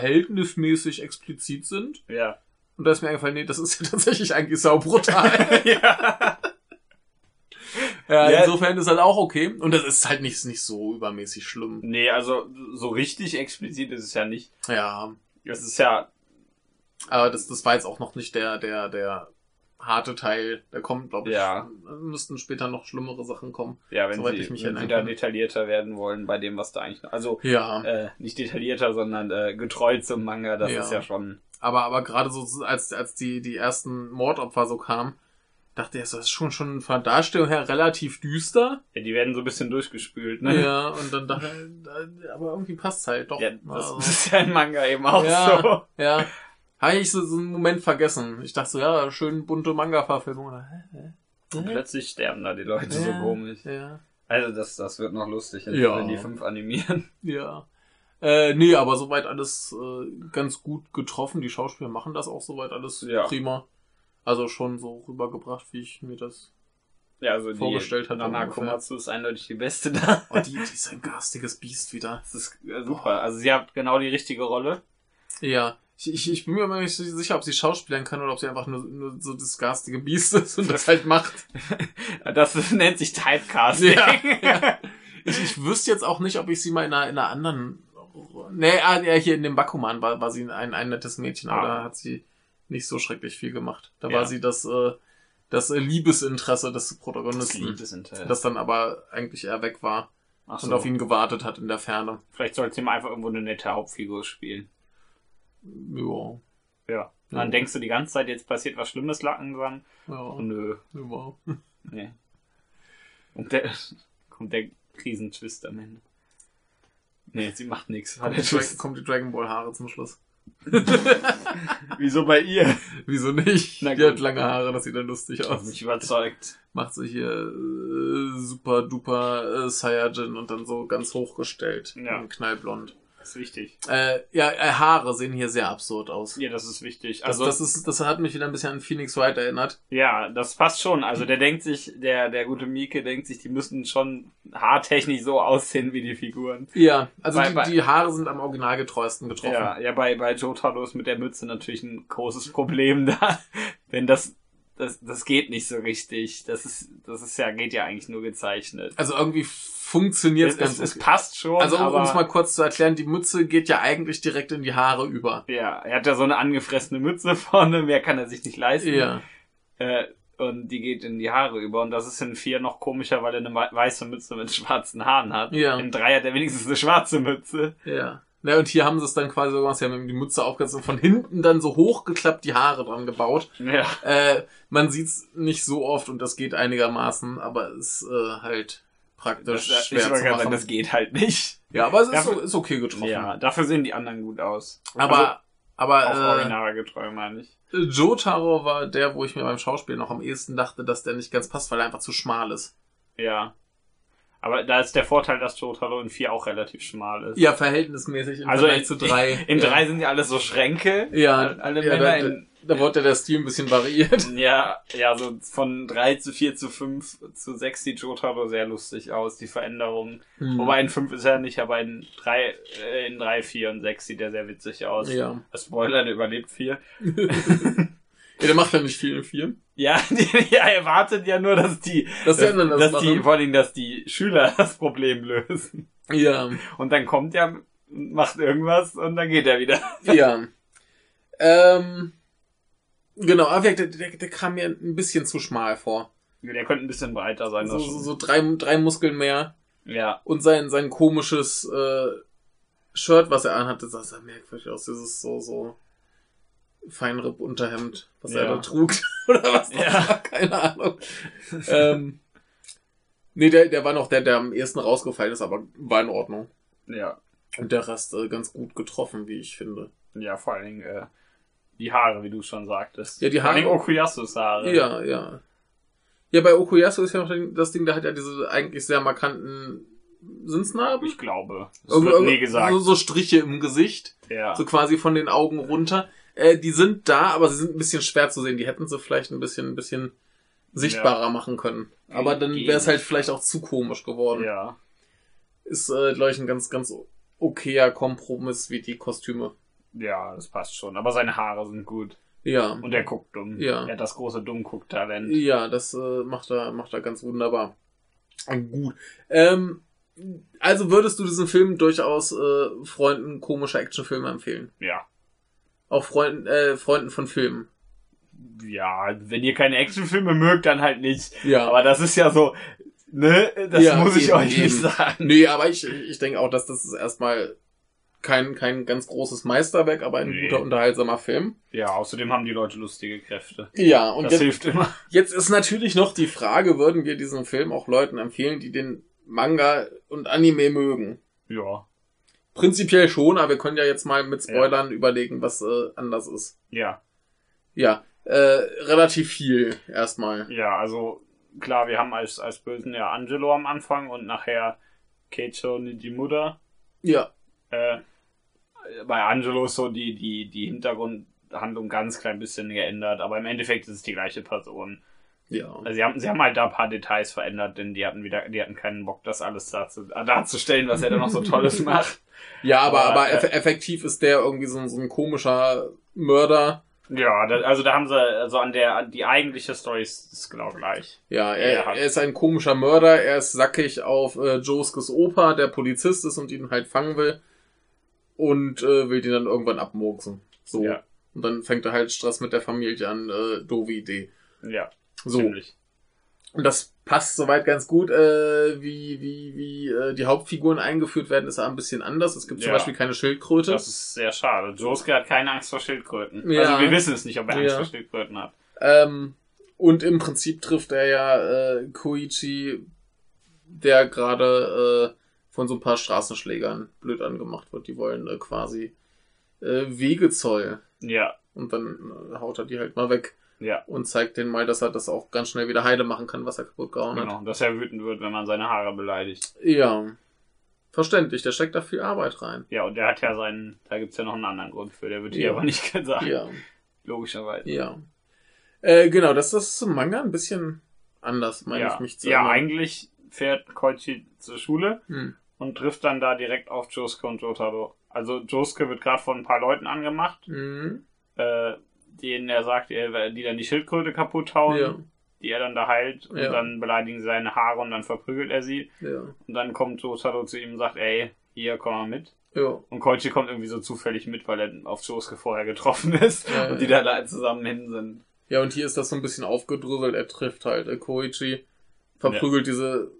[SPEAKER 1] verhältnismäßig explizit sind.
[SPEAKER 2] ja.
[SPEAKER 1] Und da ist mir eingefallen, nee, das ist ja tatsächlich eigentlich saubrutal.
[SPEAKER 2] ja.
[SPEAKER 1] ja,
[SPEAKER 2] Ja.
[SPEAKER 1] Insofern ist das auch okay. Und das ist halt nicht, nicht so übermäßig schlimm.
[SPEAKER 2] Nee, also so richtig explizit ist es ja nicht.
[SPEAKER 1] Ja,
[SPEAKER 2] Es ist ja,
[SPEAKER 1] aber das, das war jetzt auch noch nicht der, der, der harte Teil. Da kommt, glaube ich,
[SPEAKER 2] Ja.
[SPEAKER 1] müssten später noch schlimmere Sachen kommen.
[SPEAKER 2] ja, wenn
[SPEAKER 1] Soweit
[SPEAKER 2] sie,
[SPEAKER 1] ich mich
[SPEAKER 2] wenn sie
[SPEAKER 1] erinnern
[SPEAKER 2] da
[SPEAKER 1] kann.
[SPEAKER 2] detaillierter werden wollen bei dem, was da eigentlich... Also,
[SPEAKER 1] Ja.
[SPEAKER 2] äh, nicht detaillierter, sondern äh, getreu zum Manga, das
[SPEAKER 1] Ja.
[SPEAKER 2] ist ja schon...
[SPEAKER 1] Aber, aber gerade so, als, als die, die ersten Mordopfer so kamen, dachte ich, also, das ist schon, schon von der Darstellung her relativ düster.
[SPEAKER 2] Ja, die werden so ein bisschen durchgespült, ne?
[SPEAKER 1] Ja, und dann dachte ich, äh, aber irgendwie passt halt doch.
[SPEAKER 2] Ja,
[SPEAKER 1] Ja,
[SPEAKER 2] das
[SPEAKER 1] also,
[SPEAKER 2] ist ja ein Manga eben auch
[SPEAKER 1] Ja.
[SPEAKER 2] so.
[SPEAKER 1] ja. Habe ich so, so einen Moment vergessen. Ich dachte so, ja, schön bunte Manga-Verfilmung. Hä? Hä?
[SPEAKER 2] Und
[SPEAKER 1] Hä?
[SPEAKER 2] plötzlich sterben da die Leute so
[SPEAKER 1] Ja.
[SPEAKER 2] komisch.
[SPEAKER 1] Ja.
[SPEAKER 2] Also das, das wird noch lustig, wenn
[SPEAKER 1] Ja.
[SPEAKER 2] wenn die fünf animieren.
[SPEAKER 1] Ja. Äh, nee, aber soweit alles äh, ganz gut getroffen. Die Schauspieler machen das auch soweit alles
[SPEAKER 2] Ja.
[SPEAKER 1] prima. Also schon so rübergebracht, wie ich mir das
[SPEAKER 2] Ja, also die
[SPEAKER 1] Vorgestellt hat
[SPEAKER 2] Nana
[SPEAKER 1] ungefähr.
[SPEAKER 2] Komatsu ist eindeutig die beste da.
[SPEAKER 1] Oh, die, die ist ein garstiges Biest wieder.
[SPEAKER 2] Das ist äh, super. Also sie hat genau die richtige Rolle.
[SPEAKER 1] Ja. Ich, ich, ich bin mir immer nicht so sicher, ob sie schauspielern kann oder ob sie einfach nur, nur so das garstige Biest ist und das halt macht.
[SPEAKER 2] Äh, Das nennt sich Typecasting.
[SPEAKER 1] Ja. Ich, ich wüsste jetzt auch nicht, ob ich sie mal in einer, in einer anderen. Nee, ah, ja, hier in dem Bakuman war, war sie ein, ein nettes Mädchen, aber
[SPEAKER 2] Ah.
[SPEAKER 1] da hat sie nicht so schrecklich viel gemacht. Da
[SPEAKER 2] Ja.
[SPEAKER 1] war sie das, äh, das äh, Liebesinteresse des
[SPEAKER 2] Das
[SPEAKER 1] Protagonisten,
[SPEAKER 2] ist
[SPEAKER 1] das,
[SPEAKER 2] interessant.
[SPEAKER 1] dann aber eigentlich eher weg war
[SPEAKER 2] Ach
[SPEAKER 1] und
[SPEAKER 2] so.
[SPEAKER 1] auf ihn gewartet hat in der Ferne.
[SPEAKER 2] Vielleicht sollte sie mal einfach irgendwo eine nette Hauptfigur spielen.
[SPEAKER 1] Ja.
[SPEAKER 2] Ja. Dann
[SPEAKER 1] Ja.
[SPEAKER 2] denkst du die ganze Zeit, jetzt passiert was Schlimmes, lacken dran.
[SPEAKER 1] Ja.
[SPEAKER 2] Oh, nö.
[SPEAKER 1] ja.
[SPEAKER 2] Nee. Und der kommt der Riesentwist am Ende. Nee, sie macht nichts. War der
[SPEAKER 1] Kommt die, Dra
[SPEAKER 2] Twist.
[SPEAKER 1] kommt die Dragon Ball Haare zum Schluss.
[SPEAKER 2] Wieso bei ihr?
[SPEAKER 1] Wieso nicht?
[SPEAKER 2] Na
[SPEAKER 1] die
[SPEAKER 2] gut.
[SPEAKER 1] hat lange Haare, das sieht dann lustig
[SPEAKER 2] Hat
[SPEAKER 1] aus.
[SPEAKER 2] mich überzeugt.
[SPEAKER 1] Macht sie hier äh, super duper äh, Saiyajin und dann so ganz hochgestellt.
[SPEAKER 2] Ja.
[SPEAKER 1] Und knallblond.
[SPEAKER 2] Das ist wichtig.
[SPEAKER 1] Äh, ja, äh, Haare sehen hier sehr absurd aus.
[SPEAKER 2] Ja, das ist wichtig.
[SPEAKER 1] Das,
[SPEAKER 2] Also,
[SPEAKER 1] das, ist, das hat mich wieder ein bisschen an Phoenix Wright erinnert.
[SPEAKER 2] ja, das passt schon. Also, der denkt sich, der, der gute Mieke denkt sich, die müssen schon haartechnisch so aussehen wie die Figuren.
[SPEAKER 1] Ja, also
[SPEAKER 2] Bei- bei-
[SPEAKER 1] die, die Haare sind am originalgetreuesten getroffen.
[SPEAKER 2] Ja, ja, bei, bei Jotaro ist mit der Mütze natürlich ein großes Problem da. Denn das, das, das geht nicht so richtig. Das ist, das ist ja, geht ja eigentlich nur gezeichnet.
[SPEAKER 1] Also irgendwie funktioniert
[SPEAKER 2] Es,
[SPEAKER 1] es ganz
[SPEAKER 2] es, es
[SPEAKER 1] okay.
[SPEAKER 2] passt schon,
[SPEAKER 1] Also um
[SPEAKER 2] aber
[SPEAKER 1] es mal kurz zu erklären, die Mütze geht ja eigentlich direkt in die Haare über.
[SPEAKER 2] ja, er hat ja so eine angefressene Mütze vorne, mehr kann er sich nicht leisten.
[SPEAKER 1] Ja.
[SPEAKER 2] Äh, und die geht in die Haare über. Und das ist in vier noch komischer, weil er eine wei- weiße Mütze mit schwarzen Haaren hat.
[SPEAKER 1] Ja.
[SPEAKER 2] In drei hat er wenigstens eine schwarze Mütze.
[SPEAKER 1] Ja. Na, und hier haben sie es dann quasi so gemacht, sie haben ihm die Mütze aufgesetzt und von hinten dann so hochgeklappt die Haare dran gebaut.
[SPEAKER 2] Ja.
[SPEAKER 1] Äh, man sieht's nicht so oft und das geht einigermaßen, aber ist äh, halt praktisch
[SPEAKER 2] Das, äh, ich
[SPEAKER 1] schwer
[SPEAKER 2] wollte
[SPEAKER 1] zu
[SPEAKER 2] gerade
[SPEAKER 1] machen.
[SPEAKER 2] sagen, das geht halt nicht.
[SPEAKER 1] ja, aber es ist,
[SPEAKER 2] Ja,
[SPEAKER 1] so, ist okay getroffen.
[SPEAKER 2] Ja, dafür sehen die anderen gut aus.
[SPEAKER 1] Aber, äh,
[SPEAKER 2] Also, auch
[SPEAKER 1] aber
[SPEAKER 2] originaler getreu, meine ich.
[SPEAKER 1] äh, Jotaro war der, wo ich mir beim Schauspiel noch am ehesten dachte, dass der nicht ganz passt, weil er einfach zu schmal ist.
[SPEAKER 2] Ja. Aber da ist der Vorteil, dass Jotaro in 4 auch relativ schmal ist.
[SPEAKER 1] Ja, verhältnismäßig im
[SPEAKER 2] Also
[SPEAKER 1] Vergleich
[SPEAKER 2] in-
[SPEAKER 1] zu drei.
[SPEAKER 2] In
[SPEAKER 1] ja.
[SPEAKER 2] 3 sind ja alles so Schränke.
[SPEAKER 1] Ja,
[SPEAKER 2] Alle
[SPEAKER 1] ja,
[SPEAKER 2] Männer
[SPEAKER 1] da,
[SPEAKER 2] in,
[SPEAKER 1] da, da wurde der Stil ein bisschen variiert.
[SPEAKER 2] ja, ja, so von 3 zu 4 zu 5 zu 6 sieht Jotaro sehr lustig aus, die Veränderung. Wobei
[SPEAKER 1] Mhm.
[SPEAKER 2] in 5 ist er nicht, aber in 3, äh, in 3, 4 und 6 sieht er sehr witzig aus.
[SPEAKER 1] ja.
[SPEAKER 2] Spoiler, der überlebt 4.
[SPEAKER 1] ja, der macht ja nicht viel in vier.
[SPEAKER 2] Ja, die, ja, er wartet ja nur, dass die,
[SPEAKER 1] Dass die anderen das
[SPEAKER 2] dass die,
[SPEAKER 1] machen.
[SPEAKER 2] vor allem, dass die Schüler das Problem lösen.
[SPEAKER 1] Ja,
[SPEAKER 2] Und dann kommt er, macht irgendwas und dann geht er wieder.
[SPEAKER 1] ja. ähm, genau, aber der, der, der kam mir ein bisschen zu schmal vor.
[SPEAKER 2] Der könnte ein bisschen breiter sein.
[SPEAKER 1] So,
[SPEAKER 2] das
[SPEAKER 1] so,
[SPEAKER 2] schon.
[SPEAKER 1] so drei, drei Muskeln mehr
[SPEAKER 2] Ja,
[SPEAKER 1] und sein, sein komisches äh, Shirt, was er anhatte, sah sehr merkwürdig aus. Dieses so, so Feinripp-Unterhemd, was er
[SPEAKER 2] Ja.
[SPEAKER 1] da trug. Oder was das
[SPEAKER 2] Ja.
[SPEAKER 1] war, keine Ahnung. ähm, nee, der, der war noch der, der am ersten rausgefallen ist, aber war in Ordnung.
[SPEAKER 2] ja,
[SPEAKER 1] Und der Rest äh, ganz gut getroffen, wie ich finde.
[SPEAKER 2] ja, vor allen Dingen äh, die Haare, wie du schon sagtest.
[SPEAKER 1] Ja, die
[SPEAKER 2] Vor allen Dingen
[SPEAKER 1] Haare.
[SPEAKER 2] Okuyasus Haare.
[SPEAKER 1] Ja, ja. Ja, bei Okuyasu ist ja noch das Ding, der hat ja diese eigentlich sehr markanten Sinsnarben.
[SPEAKER 2] Ich glaube. Das
[SPEAKER 1] Irgend-
[SPEAKER 2] wird nie
[SPEAKER 1] irgend-
[SPEAKER 2] gesagt.
[SPEAKER 1] So, so Striche im Gesicht,
[SPEAKER 2] ja.
[SPEAKER 1] so quasi von den Augen runter. Äh, die sind da, aber sie sind ein bisschen schwer zu sehen. Die hätten sie vielleicht ein bisschen, ein bisschen sichtbarer machen können. Aber dann wäre es halt vielleicht auch zu komisch geworden.
[SPEAKER 2] ja.
[SPEAKER 1] Ist, äh, glaube ich, ein ganz, ganz okayer Kompromiss wie die Kostüme.
[SPEAKER 2] Ja, das passt schon. Aber seine Haare sind gut.
[SPEAKER 1] Ja.
[SPEAKER 2] Und er guckt dumm.
[SPEAKER 1] Ja.
[SPEAKER 2] Er hat das große Dummguck-Talent.
[SPEAKER 1] Ja, das äh, macht, er, macht er ganz wunderbar. Gut. Ähm, also würdest du diesen Film durchaus äh, Freunden komischer Actionfilme empfehlen?
[SPEAKER 2] Ja.
[SPEAKER 1] Auch Freunden, äh, Freunden von Filmen.
[SPEAKER 2] Ja, wenn ihr keine Actionfilme mögt, dann halt nicht.
[SPEAKER 1] Ja.
[SPEAKER 2] Aber das ist ja so, ne, das
[SPEAKER 1] Ja,
[SPEAKER 2] muss ich
[SPEAKER 1] eben,
[SPEAKER 2] euch
[SPEAKER 1] eben.
[SPEAKER 2] nicht sagen.
[SPEAKER 1] nee, aber ich, ich denke auch, dass das ist erstmal kein, kein ganz großes Meisterwerk, aber ein
[SPEAKER 2] Nee.
[SPEAKER 1] guter, unterhaltsamer Film.
[SPEAKER 2] Ja, außerdem haben die Leute lustige Kräfte.
[SPEAKER 1] Ja, und
[SPEAKER 2] das
[SPEAKER 1] jetzt,
[SPEAKER 2] hilft immer.
[SPEAKER 1] jetzt ist natürlich noch die Frage, würden wir diesen Film auch Leuten empfehlen, die den Manga und Anime mögen?
[SPEAKER 2] Ja.
[SPEAKER 1] Prinzipiell schon, aber wir können ja jetzt mal mit Spoilern überlegen, was äh, anders ist.
[SPEAKER 2] Ja.
[SPEAKER 1] Ja, äh, relativ viel erstmal.
[SPEAKER 2] Ja, also klar, wir haben als, als Bösen ja Angelo am Anfang und nachher Keicho Nijimura.
[SPEAKER 1] Ja,
[SPEAKER 2] Äh, bei Angelo ist so die, die, die Hintergrundhandlung ganz klein bisschen geändert, aber im Endeffekt ist es die gleiche Person.
[SPEAKER 1] ja.
[SPEAKER 2] Also sie haben, sie haben halt da ein paar Details verändert, denn die hatten wieder, die hatten keinen Bock, das alles darzu, darzustellen, was er da noch so Tolles macht.
[SPEAKER 1] Ja, aber,
[SPEAKER 2] aber, äh,
[SPEAKER 1] aber eff effektiv ist der irgendwie so, ein- so ein komischer Mörder.
[SPEAKER 2] Ja, da, also da haben sie, also an der, an die eigentliche Story ist, ist genau gleich.
[SPEAKER 1] Ja, er,
[SPEAKER 2] Ja.
[SPEAKER 1] er ist ein komischer Mörder, er ist sackig auf äh, Joskes Opa, der Polizist ist und ihn halt fangen will. Und äh, will den dann irgendwann abmurksen. So.
[SPEAKER 2] Ja.
[SPEAKER 1] Und dann fängt er halt Stress mit der Familie an, äh, doofe Idee.
[SPEAKER 2] Ja,
[SPEAKER 1] So.
[SPEAKER 2] ziemlich.
[SPEAKER 1] Und das passt soweit ganz gut, äh, wie, wie, wie äh, die Hauptfiguren eingeführt werden, ist ein bisschen anders. Es gibt zum
[SPEAKER 2] Ja.
[SPEAKER 1] Beispiel keine Schildkröte.
[SPEAKER 2] Das ist sehr schade. Josuke hat keine Angst vor Schildkröten.
[SPEAKER 1] Ja.
[SPEAKER 2] Also wir wissen es nicht, ob er Angst
[SPEAKER 1] Ja.
[SPEAKER 2] vor Schildkröten hat.
[SPEAKER 1] Ähm, und im Prinzip trifft er ja äh, Koichi, der gerade äh, von so ein paar Straßenschlägern blöd angemacht wird. Die wollen äh, quasi äh, Wegezoll.
[SPEAKER 2] Ja,
[SPEAKER 1] Und dann äh, haut er die halt mal weg
[SPEAKER 2] ja,
[SPEAKER 1] und zeigt denen mal, dass er das auch ganz schnell wieder heile machen kann, was er kaputt gehauen hat.
[SPEAKER 2] genau. Dass er wütend wird, wenn man seine Haare beleidigt.
[SPEAKER 1] Ja. Verständlich, der steckt da viel Arbeit rein.
[SPEAKER 2] Ja, und der hat ja seinen, da gibt's ja noch einen anderen Grund für, der wird hier
[SPEAKER 1] Ja.
[SPEAKER 2] aber nicht gesagt.
[SPEAKER 1] Ja.
[SPEAKER 2] Logischerweise.
[SPEAKER 1] Ja. Äh, genau, das ist zum Manga ein bisschen anders, meine
[SPEAKER 2] ja,
[SPEAKER 1] ich mich zu
[SPEAKER 2] ja
[SPEAKER 1] erinnern.
[SPEAKER 2] eigentlich fährt Koichi zur Schule
[SPEAKER 1] Hm.
[SPEAKER 2] und trifft dann da direkt auf Josuke und Jotaro. Also Josuke wird gerade von ein paar Leuten angemacht,
[SPEAKER 1] Mhm.
[SPEAKER 2] äh, denen er sagt, er, die dann die Schildkröte kaputt hauen,
[SPEAKER 1] Ja,
[SPEAKER 2] die er dann da heilt und
[SPEAKER 1] Ja.
[SPEAKER 2] dann beleidigen sie seine Haare und dann verprügelt er sie.
[SPEAKER 1] ja,
[SPEAKER 2] Und dann kommt Jotaro zu ihm und sagt, ey, hier, komm mal mit.
[SPEAKER 1] ja.
[SPEAKER 2] Und Koichi kommt irgendwie so zufällig mit, weil er auf Josuke vorher getroffen ist
[SPEAKER 1] Ja,
[SPEAKER 2] und die
[SPEAKER 1] ja.
[SPEAKER 2] da alle zusammen hin sind.
[SPEAKER 1] Ja, und hier ist das so ein bisschen aufgedröselt. Er trifft halt äh, Koichi, verprügelt diese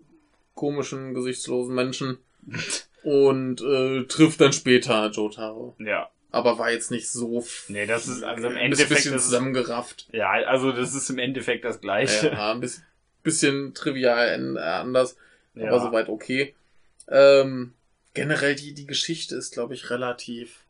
[SPEAKER 1] komischen, gesichtslosen Menschen und äh, trifft dann später Jotaro.
[SPEAKER 2] Ja.
[SPEAKER 1] Aber war jetzt nicht so f-
[SPEAKER 2] Nee, das ist also im
[SPEAKER 1] ein bisschen
[SPEAKER 2] Endeffekt. Das ist,
[SPEAKER 1] zusammengerafft.
[SPEAKER 2] ja, also das ist im Endeffekt das Gleiche.
[SPEAKER 1] Ja, ein bisschen, bisschen trivial an- äh, anders,
[SPEAKER 2] Ja.
[SPEAKER 1] aber soweit okay. Ähm, generell die, die Geschichte ist, glaube ich, relativ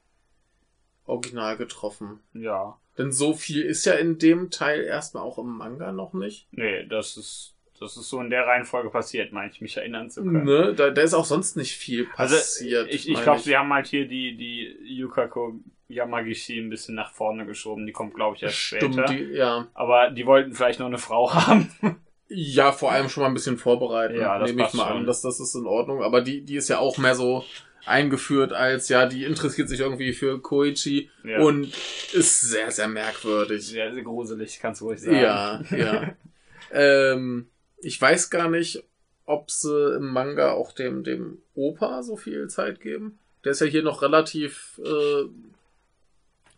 [SPEAKER 1] original getroffen.
[SPEAKER 2] ja.
[SPEAKER 1] Denn so viel ist ja in dem Teil erstmal auch im Manga noch nicht.
[SPEAKER 2] Nee, das ist, das ist so in der Reihenfolge passiert, meine ich, mich erinnern zu können.
[SPEAKER 1] Ne? Da, da ist auch sonst nicht viel
[SPEAKER 2] Also,
[SPEAKER 1] passiert.
[SPEAKER 2] ich, ich
[SPEAKER 1] meine
[SPEAKER 2] glaube, sie haben halt hier die, die Yukako Yamagishi ein bisschen nach vorne geschoben. Die kommt, glaube ich, erst später.
[SPEAKER 1] Stimmt, die, ja.
[SPEAKER 2] Aber die wollten vielleicht noch eine Frau haben.
[SPEAKER 1] Ja, vor allem schon mal ein bisschen vorbereiten.
[SPEAKER 2] Ja, das
[SPEAKER 1] Nehme ich
[SPEAKER 2] passt
[SPEAKER 1] mal
[SPEAKER 2] schon.
[SPEAKER 1] an, dass das ist in Ordnung. Aber die, die ist ja auch mehr so eingeführt als, ja, die interessiert sich irgendwie für Koichi
[SPEAKER 2] Ja.
[SPEAKER 1] und ist sehr, sehr merkwürdig.
[SPEAKER 2] Sehr, sehr gruselig, kannst du ruhig sagen.
[SPEAKER 1] Ja, ja. ähm, ich weiß gar nicht, ob sie im Manga auch dem, dem Opa so viel Zeit geben. Der ist ja hier noch relativ, äh,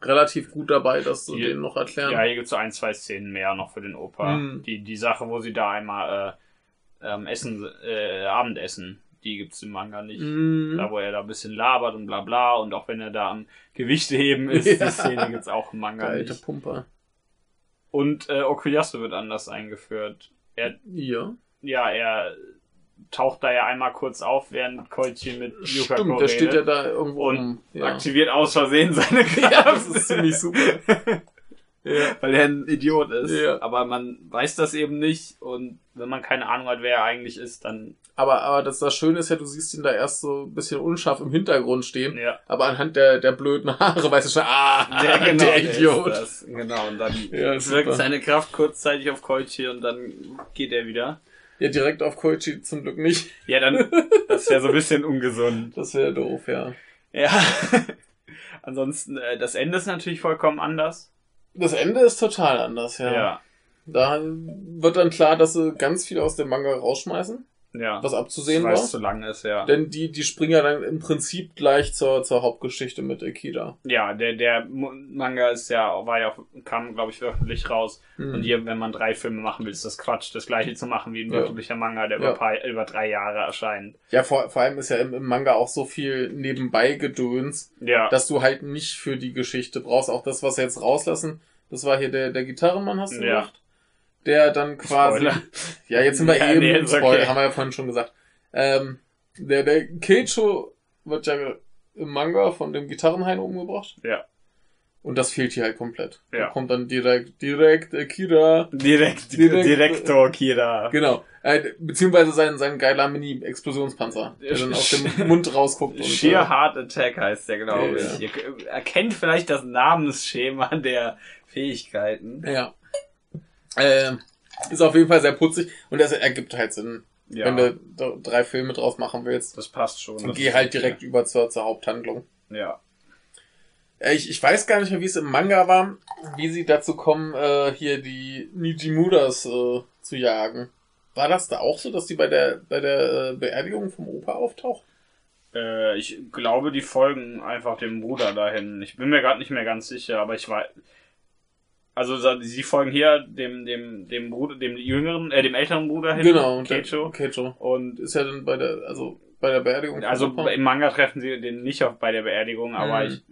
[SPEAKER 1] relativ gut dabei, dass sie
[SPEAKER 2] Hier-
[SPEAKER 1] den noch erklären.
[SPEAKER 2] Ja, hier gibt's so ein, zwei Szenen mehr noch für den Opa.
[SPEAKER 1] Mhm.
[SPEAKER 2] Die, die Sache, wo sie da einmal äh, ähm, essen, äh, Abendessen, die gibt's im Manga nicht.
[SPEAKER 1] Mm,
[SPEAKER 2] Da, wo er da ein bisschen labert und bla bla. Und auch wenn er da am Gewichte heben ist,
[SPEAKER 1] Ja.
[SPEAKER 2] die Szene gibt's auch im
[SPEAKER 1] der
[SPEAKER 2] Manga
[SPEAKER 1] alte
[SPEAKER 2] nicht.
[SPEAKER 1] Pumper.
[SPEAKER 2] Und äh, Okuyasu wird anders eingeführt. Er,
[SPEAKER 1] Ja.
[SPEAKER 2] ja, er taucht da ja einmal kurz auf, während Koichi mit Yukako
[SPEAKER 1] Stimmt, der
[SPEAKER 2] redet.
[SPEAKER 1] steht ja da irgendwo
[SPEAKER 2] ne? Und
[SPEAKER 1] rum. Ja.
[SPEAKER 2] Aktiviert aus Versehen seine Kraft.
[SPEAKER 1] Ja, das ist ziemlich super. ja.
[SPEAKER 2] weil er ein Idiot ist.
[SPEAKER 1] Ja.
[SPEAKER 2] Aber man weiß das eben nicht und wenn man keine Ahnung hat, wer er eigentlich ist, dann
[SPEAKER 1] Aber, aber das, das Schöne ist ja, du siehst ihn da erst so ein bisschen unscharf im Hintergrund stehen.
[SPEAKER 2] ja,
[SPEAKER 1] Aber anhand der, der blöden Haare weißt du schon, ah, der, Idiot.
[SPEAKER 2] genau Ist das. Genau und dann
[SPEAKER 1] Ja, ist
[SPEAKER 2] wirkt
[SPEAKER 1] super.
[SPEAKER 2] seine Kraft kurzzeitig auf Koichi und dann geht er wieder.
[SPEAKER 1] Ja, direkt auf Koichi zum Glück nicht.
[SPEAKER 2] Ja, dann das wäre so ein bisschen ungesund.
[SPEAKER 1] Das wäre doof, ja.
[SPEAKER 2] Ja. Ansonsten äh, das Ende ist natürlich vollkommen anders.
[SPEAKER 1] Das Ende ist total anders, ja. Da wird dann klar, dass sie ganz viel aus dem Manga rausschmeißen,
[SPEAKER 2] Ja.
[SPEAKER 1] was abzusehen
[SPEAKER 2] Weil es
[SPEAKER 1] war.
[SPEAKER 2] zu lang ist, ja.
[SPEAKER 1] Denn die, die springen ja dann im Prinzip gleich zur, zur Hauptgeschichte mit Akira.
[SPEAKER 2] ja, der der Mo- Manga ist ja war ja kam glaube ich wöchentlich raus.
[SPEAKER 1] Hm.
[SPEAKER 2] Und hier, wenn man drei Filme machen will, ist das Quatsch, das gleiche zu machen wie ein
[SPEAKER 1] Ja.
[SPEAKER 2] wirklicher Manga, der
[SPEAKER 1] Ja.
[SPEAKER 2] über, paar, über drei Jahre erscheint.
[SPEAKER 1] Ja, vor, vor allem ist ja im, im Manga auch so viel nebenbei gedöns,
[SPEAKER 2] Ja.
[SPEAKER 1] dass du halt nicht für die Geschichte brauchst. Auch das, was sie jetzt rauslassen, das war hier der, der Gitarrenmann, hast du
[SPEAKER 2] Ja.
[SPEAKER 1] gesagt? Der dann quasi.
[SPEAKER 2] Spoiler.
[SPEAKER 1] Ja, jetzt sind wir
[SPEAKER 2] Ja,
[SPEAKER 1] eben
[SPEAKER 2] nee,
[SPEAKER 1] im
[SPEAKER 2] ist okay.
[SPEAKER 1] Spoiler, haben wir ja vorhin schon gesagt. Ähm, der, der Keicho wird ja im Manga von dem Gitarrenhain umgebracht.
[SPEAKER 2] Ja.
[SPEAKER 1] Und das fehlt hier halt komplett. Da
[SPEAKER 2] Ja.
[SPEAKER 1] kommt dann direkt, direkt Akira.
[SPEAKER 2] Direkt,
[SPEAKER 1] Direkt-
[SPEAKER 2] Direktor Kira.
[SPEAKER 1] Genau. Äh, beziehungsweise sein, sein geiler Mini-Explosionspanzer, der dann aus dem Mund rausguckt. Und, äh,
[SPEAKER 2] Sheer Heart Attack heißt der, glaube
[SPEAKER 1] Ja.
[SPEAKER 2] ich. Ihr k- erkennt vielleicht das Namensschema der Fähigkeiten.
[SPEAKER 1] äh, Ja. Ähm, ist auf jeden Fall sehr putzig und das ergibt halt Sinn,
[SPEAKER 2] Ja,
[SPEAKER 1] wenn du d- drei Filme draus machen willst.
[SPEAKER 2] das passt schon.
[SPEAKER 1] Und
[SPEAKER 2] Das
[SPEAKER 1] geh
[SPEAKER 2] ist
[SPEAKER 1] halt
[SPEAKER 2] okay.
[SPEAKER 1] direkt über zur, zur Haupthandlung.
[SPEAKER 2] Ja.
[SPEAKER 1] Äh, Ich, ich weiß gar nicht mehr, wie es im Manga war, wie sie dazu kommen, äh, hier die Nijimuras äh, zu jagen. War das da auch so, dass die bei der, bei der äh, Beerdigung vom Opa auftaucht?
[SPEAKER 2] Äh, ich glaube, die folgen einfach dem Bruder dahin. Ich bin mir gerade nicht mehr ganz sicher, aber ich weiß. Also sa- sie folgen hier dem, dem, dem Bruder, dem jüngeren, äh, dem älteren Bruder hin.
[SPEAKER 1] Genau, und der-
[SPEAKER 2] Keicho.
[SPEAKER 1] Keicho.
[SPEAKER 2] Und
[SPEAKER 1] Ist ja dann bei der, also bei der Beerdigung. vom
[SPEAKER 2] also
[SPEAKER 1] Opa.
[SPEAKER 2] im Manga treffen sie den nicht auf, bei der Beerdigung, aber
[SPEAKER 1] Mhm.
[SPEAKER 2] ich,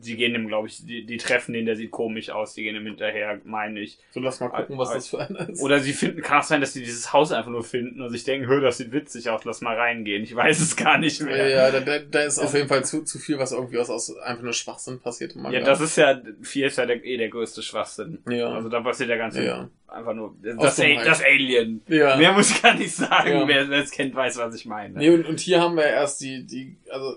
[SPEAKER 2] sie gehen dem, glaube ich, die, die treffen den, der sieht komisch aus, die gehen ihm hinterher, meine ich.
[SPEAKER 1] so lass mal gucken, was das für einer ist.
[SPEAKER 2] Oder sie finden, kann auch sein, dass sie dieses Haus einfach nur finden und sich denken, hör, das sieht witzig aus, lass mal reingehen. Ich weiß es gar nicht mehr.
[SPEAKER 1] Ja, da, da, da ist auf jeden Fall zu, zu viel, was irgendwie aus, aus einfach nur Schwachsinn passiert im Manga.
[SPEAKER 2] Ja, das ist ja, viel ist ja der, eh der größte Schwachsinn.
[SPEAKER 1] Ja.
[SPEAKER 2] Also da passiert der ganze,
[SPEAKER 1] Ja.
[SPEAKER 2] einfach nur,
[SPEAKER 1] Aus
[SPEAKER 2] das, A
[SPEAKER 1] Dummheit.
[SPEAKER 2] das Alien.
[SPEAKER 1] ja.
[SPEAKER 2] Mehr muss ich gar nicht sagen,
[SPEAKER 1] Ja.
[SPEAKER 2] wer wer es kennt, weiß, was ich meine.
[SPEAKER 1] Nee, und, und hier haben wir erst die, die, also,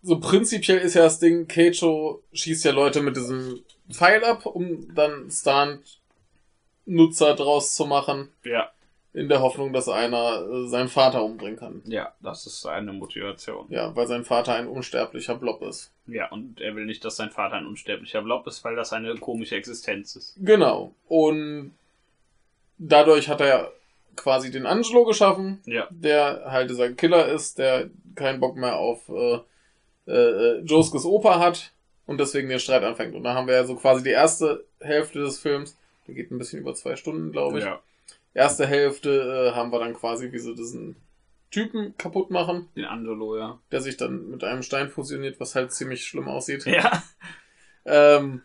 [SPEAKER 1] so prinzipiell ist ja das Ding, Keicho schießt ja Leute mit diesem Pfeil ab, um dann Stunt-Nutzer draus zu machen,
[SPEAKER 2] Ja,
[SPEAKER 1] in der Hoffnung, dass einer äh, seinen Vater umbringen kann.
[SPEAKER 2] ja, das ist eine Motivation.
[SPEAKER 1] Ja, weil sein Vater ein unsterblicher Blob ist.
[SPEAKER 2] Ja, und er will nicht, dass sein Vater ein unsterblicher Blob ist, weil das eine komische Existenz ist.
[SPEAKER 1] Genau. Und dadurch hat er quasi den Angelo geschaffen,
[SPEAKER 2] Ja,
[SPEAKER 1] der halt dieser Killer ist, der keinen Bock mehr auf äh, äh, Joskes äh, Opa hat und deswegen der Streit anfängt. Und da haben wir ja so quasi die erste Hälfte des Films, der geht ein bisschen über zwei Stunden, glaube ich.
[SPEAKER 2] Ja.
[SPEAKER 1] Erste Hälfte äh, haben wir dann quasi, wie sie diesen Typen kaputt machen,
[SPEAKER 2] Den Andolo, ja.
[SPEAKER 1] der sich dann mit einem Stein fusioniert, was halt ziemlich schlimm aussieht.
[SPEAKER 2] Ja.
[SPEAKER 1] Ähm,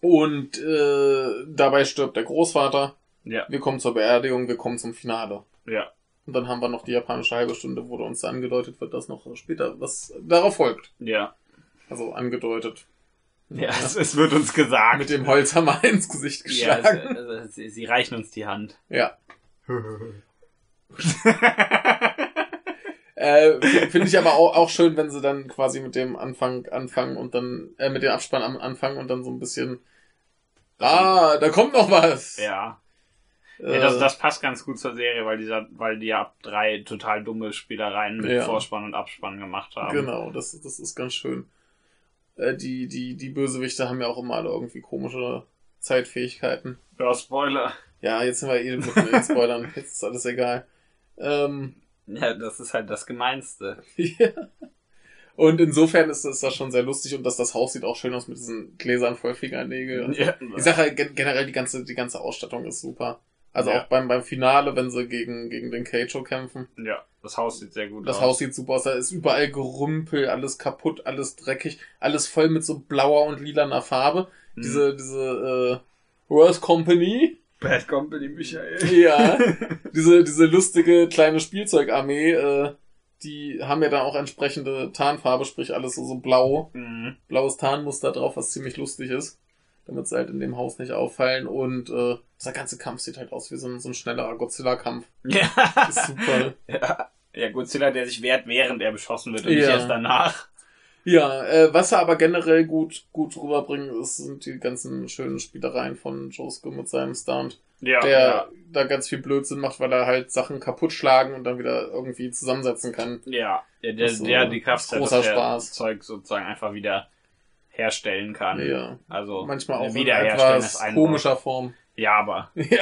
[SPEAKER 1] und äh, dabei stirbt der Großvater.
[SPEAKER 2] Ja.
[SPEAKER 1] Wir kommen zur Beerdigung, wir kommen zum Finale.
[SPEAKER 2] Ja.
[SPEAKER 1] Und dann haben wir noch die japanische halbe Stunde, wo uns angedeutet wird, dass noch später was darauf folgt.
[SPEAKER 2] Ja.
[SPEAKER 1] Also angedeutet.
[SPEAKER 2] Ja, es, es wird uns gesagt.
[SPEAKER 1] Mit dem Holzhammer ins Gesicht
[SPEAKER 2] ja, es,
[SPEAKER 1] geschlagen.
[SPEAKER 2] also, sie, sie reichen uns die Hand.
[SPEAKER 1] Ja. Äh, Finde ich aber auch, auch schön, wenn sie dann quasi mit dem Anfang anfangen und dann, äh, mit dem Abspann am Anfang und dann so ein bisschen. Ah, da kommt noch was!
[SPEAKER 2] Also ja.
[SPEAKER 1] Äh,
[SPEAKER 2] ja das, das passt ganz gut zur Serie, weil, dieser, weil die ja ab drei total dumme Spielereien mit
[SPEAKER 1] Ja.
[SPEAKER 2] Vorspann und Abspann gemacht haben.
[SPEAKER 1] Genau, das, das ist ganz schön. Äh, die, die, die Bösewichte haben ja auch immer alle irgendwie komische Zeitfähigkeiten.
[SPEAKER 2] Ja, Spoiler.
[SPEAKER 1] Ja, jetzt sind wir eh mitten in den Spoilern. Jetzt ist alles egal. Ähm,
[SPEAKER 2] Ja, das ist halt das Gemeinste.
[SPEAKER 1] ja. Und insofern ist das, das schon sehr lustig und dass das Haus sieht auch schön aus mit diesen Gläsern voll Fingernägel.
[SPEAKER 2] Ja.
[SPEAKER 1] Ich sage halt gen- generell, die ganze, die ganze Ausstattung ist super. Also
[SPEAKER 2] Ja.
[SPEAKER 1] auch beim, beim Finale, wenn sie gegen, gegen den Keicho kämpfen.
[SPEAKER 2] ja, das Haus sieht sehr gut
[SPEAKER 1] Das
[SPEAKER 2] aus.
[SPEAKER 1] Haus sieht super aus, da ist überall Gerümpel, alles kaputt, alles dreckig, alles voll mit so blauer und lilaner Farbe.
[SPEAKER 2] Hm.
[SPEAKER 1] Diese, diese äh, Worth Company,
[SPEAKER 2] Bad Company Michael.
[SPEAKER 1] ja, diese, diese lustige kleine Spielzeugarmee, äh, die haben ja dann auch entsprechende Tarnfarbe, sprich alles so, so blau,
[SPEAKER 2] Mhm.
[SPEAKER 1] blaues Tarnmuster drauf, was ziemlich lustig ist, damit sie halt in dem Haus nicht auffallen. Und äh, dieser ganze Kampf sieht halt aus wie so ein, so ein schnellerer Godzilla-Kampf.
[SPEAKER 2] Ja.
[SPEAKER 1] Ist super.
[SPEAKER 2] ja. Ja, Godzilla, der sich wehrt, während er beschossen wird und nicht
[SPEAKER 1] Ja.
[SPEAKER 2] erst danach.
[SPEAKER 1] Ja, äh, was er aber generell gut, gut rüberbringen, ist, sind die ganzen schönen Spielereien von Josko mit seinem Stunt,
[SPEAKER 2] Ja,
[SPEAKER 1] der
[SPEAKER 2] ja.
[SPEAKER 1] da ganz viel Blödsinn macht, weil er halt Sachen kaputt schlagen und dann wieder irgendwie zusammensetzen kann.
[SPEAKER 2] Ja, der, der,
[SPEAKER 1] Das ist so
[SPEAKER 2] der die Kraft hat,
[SPEAKER 1] großer
[SPEAKER 2] dass der
[SPEAKER 1] Spaß.
[SPEAKER 2] Zeug sozusagen einfach wieder herstellen kann.
[SPEAKER 1] Ja.
[SPEAKER 2] Also
[SPEAKER 1] Manchmal auch in
[SPEAKER 2] wiederherstellen ist
[SPEAKER 1] etwas
[SPEAKER 2] ein Wort.
[SPEAKER 1] komischer Form.
[SPEAKER 2] Ja, aber
[SPEAKER 1] Ja,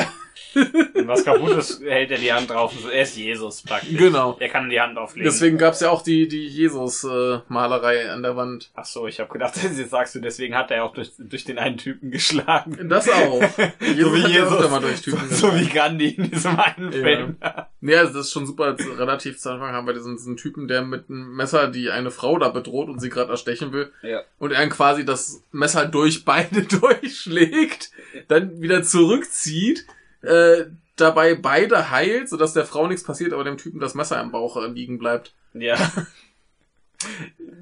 [SPEAKER 2] wenn was kaputt ist, hält er die Hand drauf. Er ist Jesus praktisch.
[SPEAKER 1] Genau.
[SPEAKER 2] Er kann die Hand auflegen.
[SPEAKER 1] deswegen gab's ja auch die, die Jesus-Malerei äh, an der Wand.
[SPEAKER 2] Ach so, ich habe gedacht, jetzt sagst du, deswegen hat er auch durch, durch den einen Typen geschlagen.
[SPEAKER 1] Das auch.
[SPEAKER 2] so wie
[SPEAKER 1] hat ja öfter
[SPEAKER 2] Jesus.
[SPEAKER 1] mal durch Typen
[SPEAKER 2] so, so wie Gandhi in diesem einen
[SPEAKER 1] Ja.
[SPEAKER 2] Film.
[SPEAKER 1] Ja, also das ist schon super. Jetzt Relativ zu Anfang haben wir diesen, diesen Typen, der mit einem Messer die eine Frau da bedroht und sie gerade erstechen will.
[SPEAKER 2] Ja.
[SPEAKER 1] Und er quasi das Messer durch beide durchschlägt, dann wieder zurückzieht, äh, dabei beide heilt, sodass der Frau nichts passiert, aber dem Typen das Messer im Bauch äh, liegen bleibt.
[SPEAKER 2] Ja.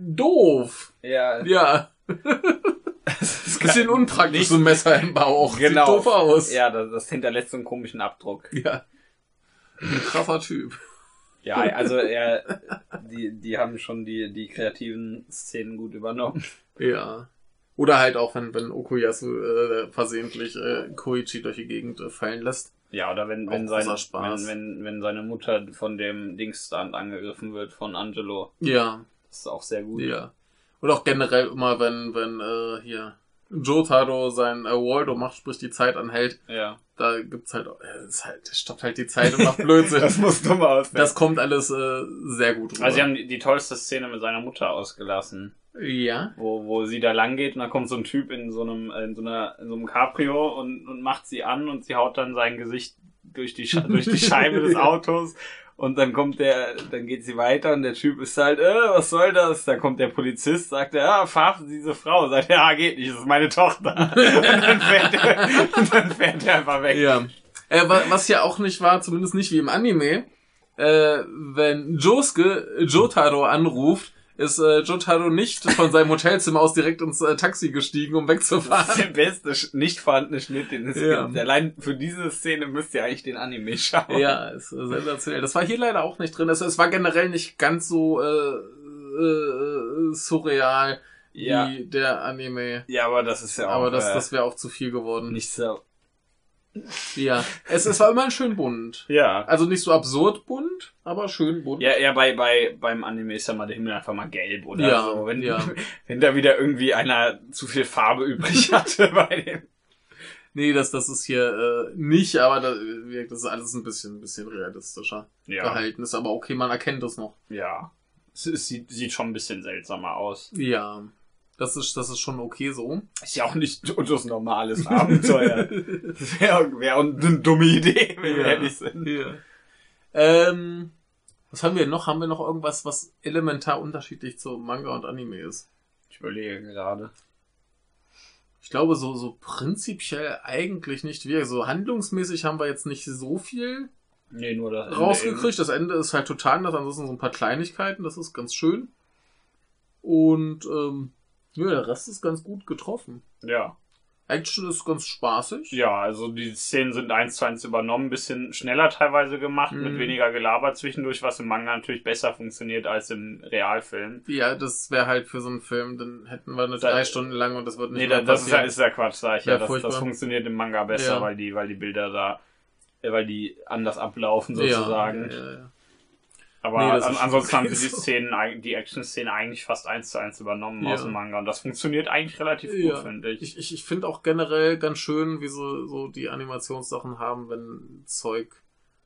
[SPEAKER 1] Doof.
[SPEAKER 2] Ja.
[SPEAKER 1] Ja,
[SPEAKER 2] Das
[SPEAKER 1] bisschen unpraktisch,
[SPEAKER 2] nicht-
[SPEAKER 1] so ein Messer im Bauch.
[SPEAKER 2] Genau.
[SPEAKER 1] Sieht doof aus.
[SPEAKER 2] Ja, das, das hinterlässt so einen komischen Abdruck.
[SPEAKER 1] ja. Ein krasser Typ.
[SPEAKER 2] Ja, also er, die, die haben schon die, die kreativen Szenen gut übernommen.
[SPEAKER 1] Ja. Oder halt auch, wenn, wenn Okuyasu äh, versehentlich äh, Koichi durch die Gegend äh, fallen lässt.
[SPEAKER 2] Ja, oder wenn, wenn,
[SPEAKER 1] Auch
[SPEAKER 2] seine,
[SPEAKER 1] großer Spaß.
[SPEAKER 2] wenn, wenn, wenn seine Mutter von dem Dingsstand angegriffen wird, von Angelo.
[SPEAKER 1] Ja,
[SPEAKER 2] Das ist auch sehr gut.
[SPEAKER 1] ja. Und auch generell immer, wenn, wenn äh, hier Jotaro sein äh, Waldo macht, sprich die Zeit anhält,
[SPEAKER 2] Ja.
[SPEAKER 1] da gibt's halt, auch- äh, ist halt, der stoppt halt die Zeit und macht Blödsinn.
[SPEAKER 2] muss dumm aussehen.
[SPEAKER 1] Das kommt alles äh, sehr gut rüber.
[SPEAKER 2] also sie haben die, die tollste Szene mit seiner Mutter ausgelassen,
[SPEAKER 1] ja.
[SPEAKER 2] wo, wo sie da lang geht und da kommt so ein Typ in so einem, in so einer, in so einem Cabrio und, und macht sie an und sie haut dann sein Gesicht durch die, Sche- durch die Scheibe des
[SPEAKER 1] Ja.
[SPEAKER 2] Autos und dann kommt der, dann geht sie weiter und der Typ ist halt, äh, was soll das? Dann kommt der Polizist, sagt er, ja, verhaften Sie diese Frau. Sagt er, ja, geht nicht, das ist meine Tochter. Und dann fährt er, und dann fährt er einfach weg.
[SPEAKER 1] Ja. Äh, wa- was ja auch nicht war, zumindest nicht wie im Anime, äh, wenn Josuke äh, Jotaro anruft, ist äh, Jotaro nicht von seinem Hotelzimmer aus direkt ins äh, Taxi gestiegen, um
[SPEAKER 2] Das ist
[SPEAKER 1] wegzufahren.
[SPEAKER 2] der beste Sch- nicht vorhandene Schnitt, den es
[SPEAKER 1] Ja.
[SPEAKER 2] gibt. Allein für diese Szene müsst ihr eigentlich den Anime schauen.
[SPEAKER 1] Ja, ist äh, sensationell. Das war hier leider auch nicht drin. Also Es, es war generell nicht ganz so äh, äh, surreal
[SPEAKER 2] ja.
[SPEAKER 1] wie der Anime.
[SPEAKER 2] Ja, aber das ist ja auch
[SPEAKER 1] Aber das,
[SPEAKER 2] äh,
[SPEAKER 1] das wäre auch zu viel geworden.
[SPEAKER 2] nicht so.
[SPEAKER 1] Ja. Es, es war immerhin schön bunt.
[SPEAKER 2] Ja.
[SPEAKER 1] Also nicht so absurd bunt, aber schön bunt.
[SPEAKER 2] Ja, ja, bei, bei, beim Anime ist ja mal der Himmel einfach mal gelb oder
[SPEAKER 1] Ja,
[SPEAKER 2] so. Wenn,
[SPEAKER 1] ja.
[SPEAKER 2] wenn da wieder irgendwie einer zu viel Farbe übrig hatte bei dem.
[SPEAKER 1] Nee, das, das ist hier äh, nicht, aber da, wie gesagt, das ist alles ein bisschen, ein bisschen realistischer
[SPEAKER 2] Ja.
[SPEAKER 1] gehalten. Ist aber okay, man erkennt das noch.
[SPEAKER 2] Ja. Es, es sieht, sieht schon ein bisschen seltsamer aus.
[SPEAKER 1] Ja. Das ist, das ist schon okay so.
[SPEAKER 2] Ist ja auch nicht unseres normales Abenteuer. Wäre wär eine dumme Idee, wenn wir
[SPEAKER 1] Ja.
[SPEAKER 2] ehrlich sind.
[SPEAKER 1] Ja. Ähm, was haben wir noch? Haben wir noch irgendwas, was elementar unterschiedlich zu Manga und Anime ist?
[SPEAKER 2] Ich überlege gerade.
[SPEAKER 1] Ich glaube, so, so prinzipiell eigentlich nicht. Wir, so handlungsmäßig haben wir jetzt nicht so viel
[SPEAKER 2] Nee, nur das. Ende eben.
[SPEAKER 1] rausgekriegt. Das Ende ist halt total anders. Ansonsten so ein paar Kleinigkeiten. Das ist ganz schön. Und, ähm, ja, der Rest ist ganz gut getroffen.
[SPEAKER 2] Ja.
[SPEAKER 1] Action ist ganz spaßig.
[SPEAKER 2] Ja, also die Szenen sind eins zu eins übernommen, ein bisschen schneller teilweise gemacht, mit
[SPEAKER 1] Mhm.
[SPEAKER 2] weniger Gelaber zwischendurch, was im Manga natürlich besser funktioniert als im Realfilm.
[SPEAKER 1] Ja, das wäre halt für so einen Film, dann hätten wir eine
[SPEAKER 2] Da-
[SPEAKER 1] drei Stunden lang und das wird nicht
[SPEAKER 2] Nee,
[SPEAKER 1] mehr
[SPEAKER 2] da, das ist halt ja,
[SPEAKER 1] passieren.
[SPEAKER 2] ist ja Quatsch, sag ich ja.
[SPEAKER 1] Ja,
[SPEAKER 2] das, das
[SPEAKER 1] furchtbar.
[SPEAKER 2] funktioniert im Manga besser,
[SPEAKER 1] Ja.
[SPEAKER 2] weil, die, weil die Bilder da, äh, weil die anders ablaufen
[SPEAKER 1] Ja,
[SPEAKER 2] sozusagen.
[SPEAKER 1] ja, ja.
[SPEAKER 2] Aber
[SPEAKER 1] Nee, das
[SPEAKER 2] an,
[SPEAKER 1] ist
[SPEAKER 2] ansonsten haben sie
[SPEAKER 1] okay
[SPEAKER 2] die
[SPEAKER 1] so.
[SPEAKER 2] Szenen, eig- die Action-Szenen eigentlich fast eins zu eins übernommen
[SPEAKER 1] Ja.
[SPEAKER 2] aus dem Manga und das funktioniert eigentlich relativ gut,
[SPEAKER 1] Ja.
[SPEAKER 2] finde ich.
[SPEAKER 1] Ich, ich, ich finde auch generell ganz schön, wie so, so die Animationssachen haben, wenn Zeug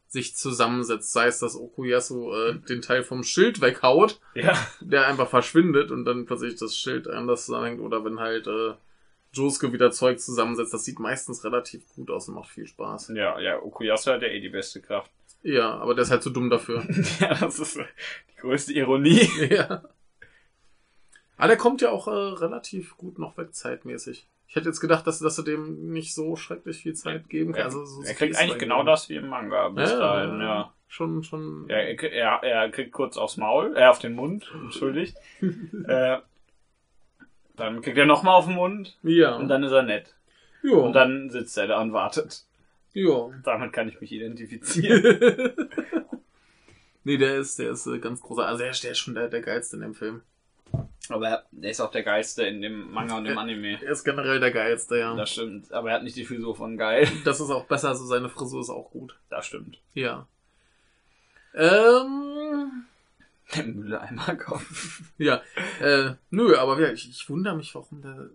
[SPEAKER 1] sich zusammensetzt. Sei es, dass Okuyasu äh,
[SPEAKER 2] Mhm.
[SPEAKER 1] den Teil vom Schild weghaut,
[SPEAKER 2] Ja.
[SPEAKER 1] der einfach verschwindet und dann plötzlich das Schild anders zusammenhängt. Oder wenn halt äh, Josuke wieder Zeug zusammensetzt. Das sieht meistens relativ gut aus und macht viel Spaß.
[SPEAKER 2] Ja, ja, Okuyasu hat ja eh die beste Kraft.
[SPEAKER 1] Ja, aber der ist halt zu dumm dafür.
[SPEAKER 2] ja, das ist äh, die größte Ironie.
[SPEAKER 1] ja. Aber der kommt ja auch äh, relativ gut noch weg zeitmäßig. Ich hätte jetzt gedacht, dass, dass du dem nicht so schrecklich viel Zeit geben
[SPEAKER 2] Er,
[SPEAKER 1] kannst. Also, so
[SPEAKER 2] er
[SPEAKER 1] viel
[SPEAKER 2] kriegt eigentlich
[SPEAKER 1] Zeit
[SPEAKER 2] genau
[SPEAKER 1] geben.
[SPEAKER 2] das wie im Manga bis
[SPEAKER 1] Ja,
[SPEAKER 2] dahin, ja.
[SPEAKER 1] Schon, schon.
[SPEAKER 2] Er, er, er- er kriegt kurz aufs Maul, äh, auf den Mund, entschuldigt. äh, dann kriegt er nochmal auf den Mund
[SPEAKER 1] ja. Oh.
[SPEAKER 2] und dann ist er nett.
[SPEAKER 1] ja.
[SPEAKER 2] Und dann sitzt er da und wartet.
[SPEAKER 1] ja.
[SPEAKER 2] Damit kann ich mich identifizieren.
[SPEAKER 1] nee, der ist, der ist äh, ganz großer. Also, der ist, der ist schon der, der geilste in dem Film.
[SPEAKER 2] Aber er ist auch der Geiste in dem Manga und dem
[SPEAKER 1] Äh,
[SPEAKER 2] Anime.
[SPEAKER 1] Er ist generell der geilste, ja.
[SPEAKER 2] Das stimmt. Aber er hat nicht die Frisur von geil.
[SPEAKER 1] Das ist auch besser, so seine Frisur ist auch gut.
[SPEAKER 2] Das stimmt.
[SPEAKER 1] Ja. Ähm.
[SPEAKER 2] Der Mülleimer kaufen.
[SPEAKER 1] Ja, äh, nö, aber ja, ich, ich wundere mich, warum der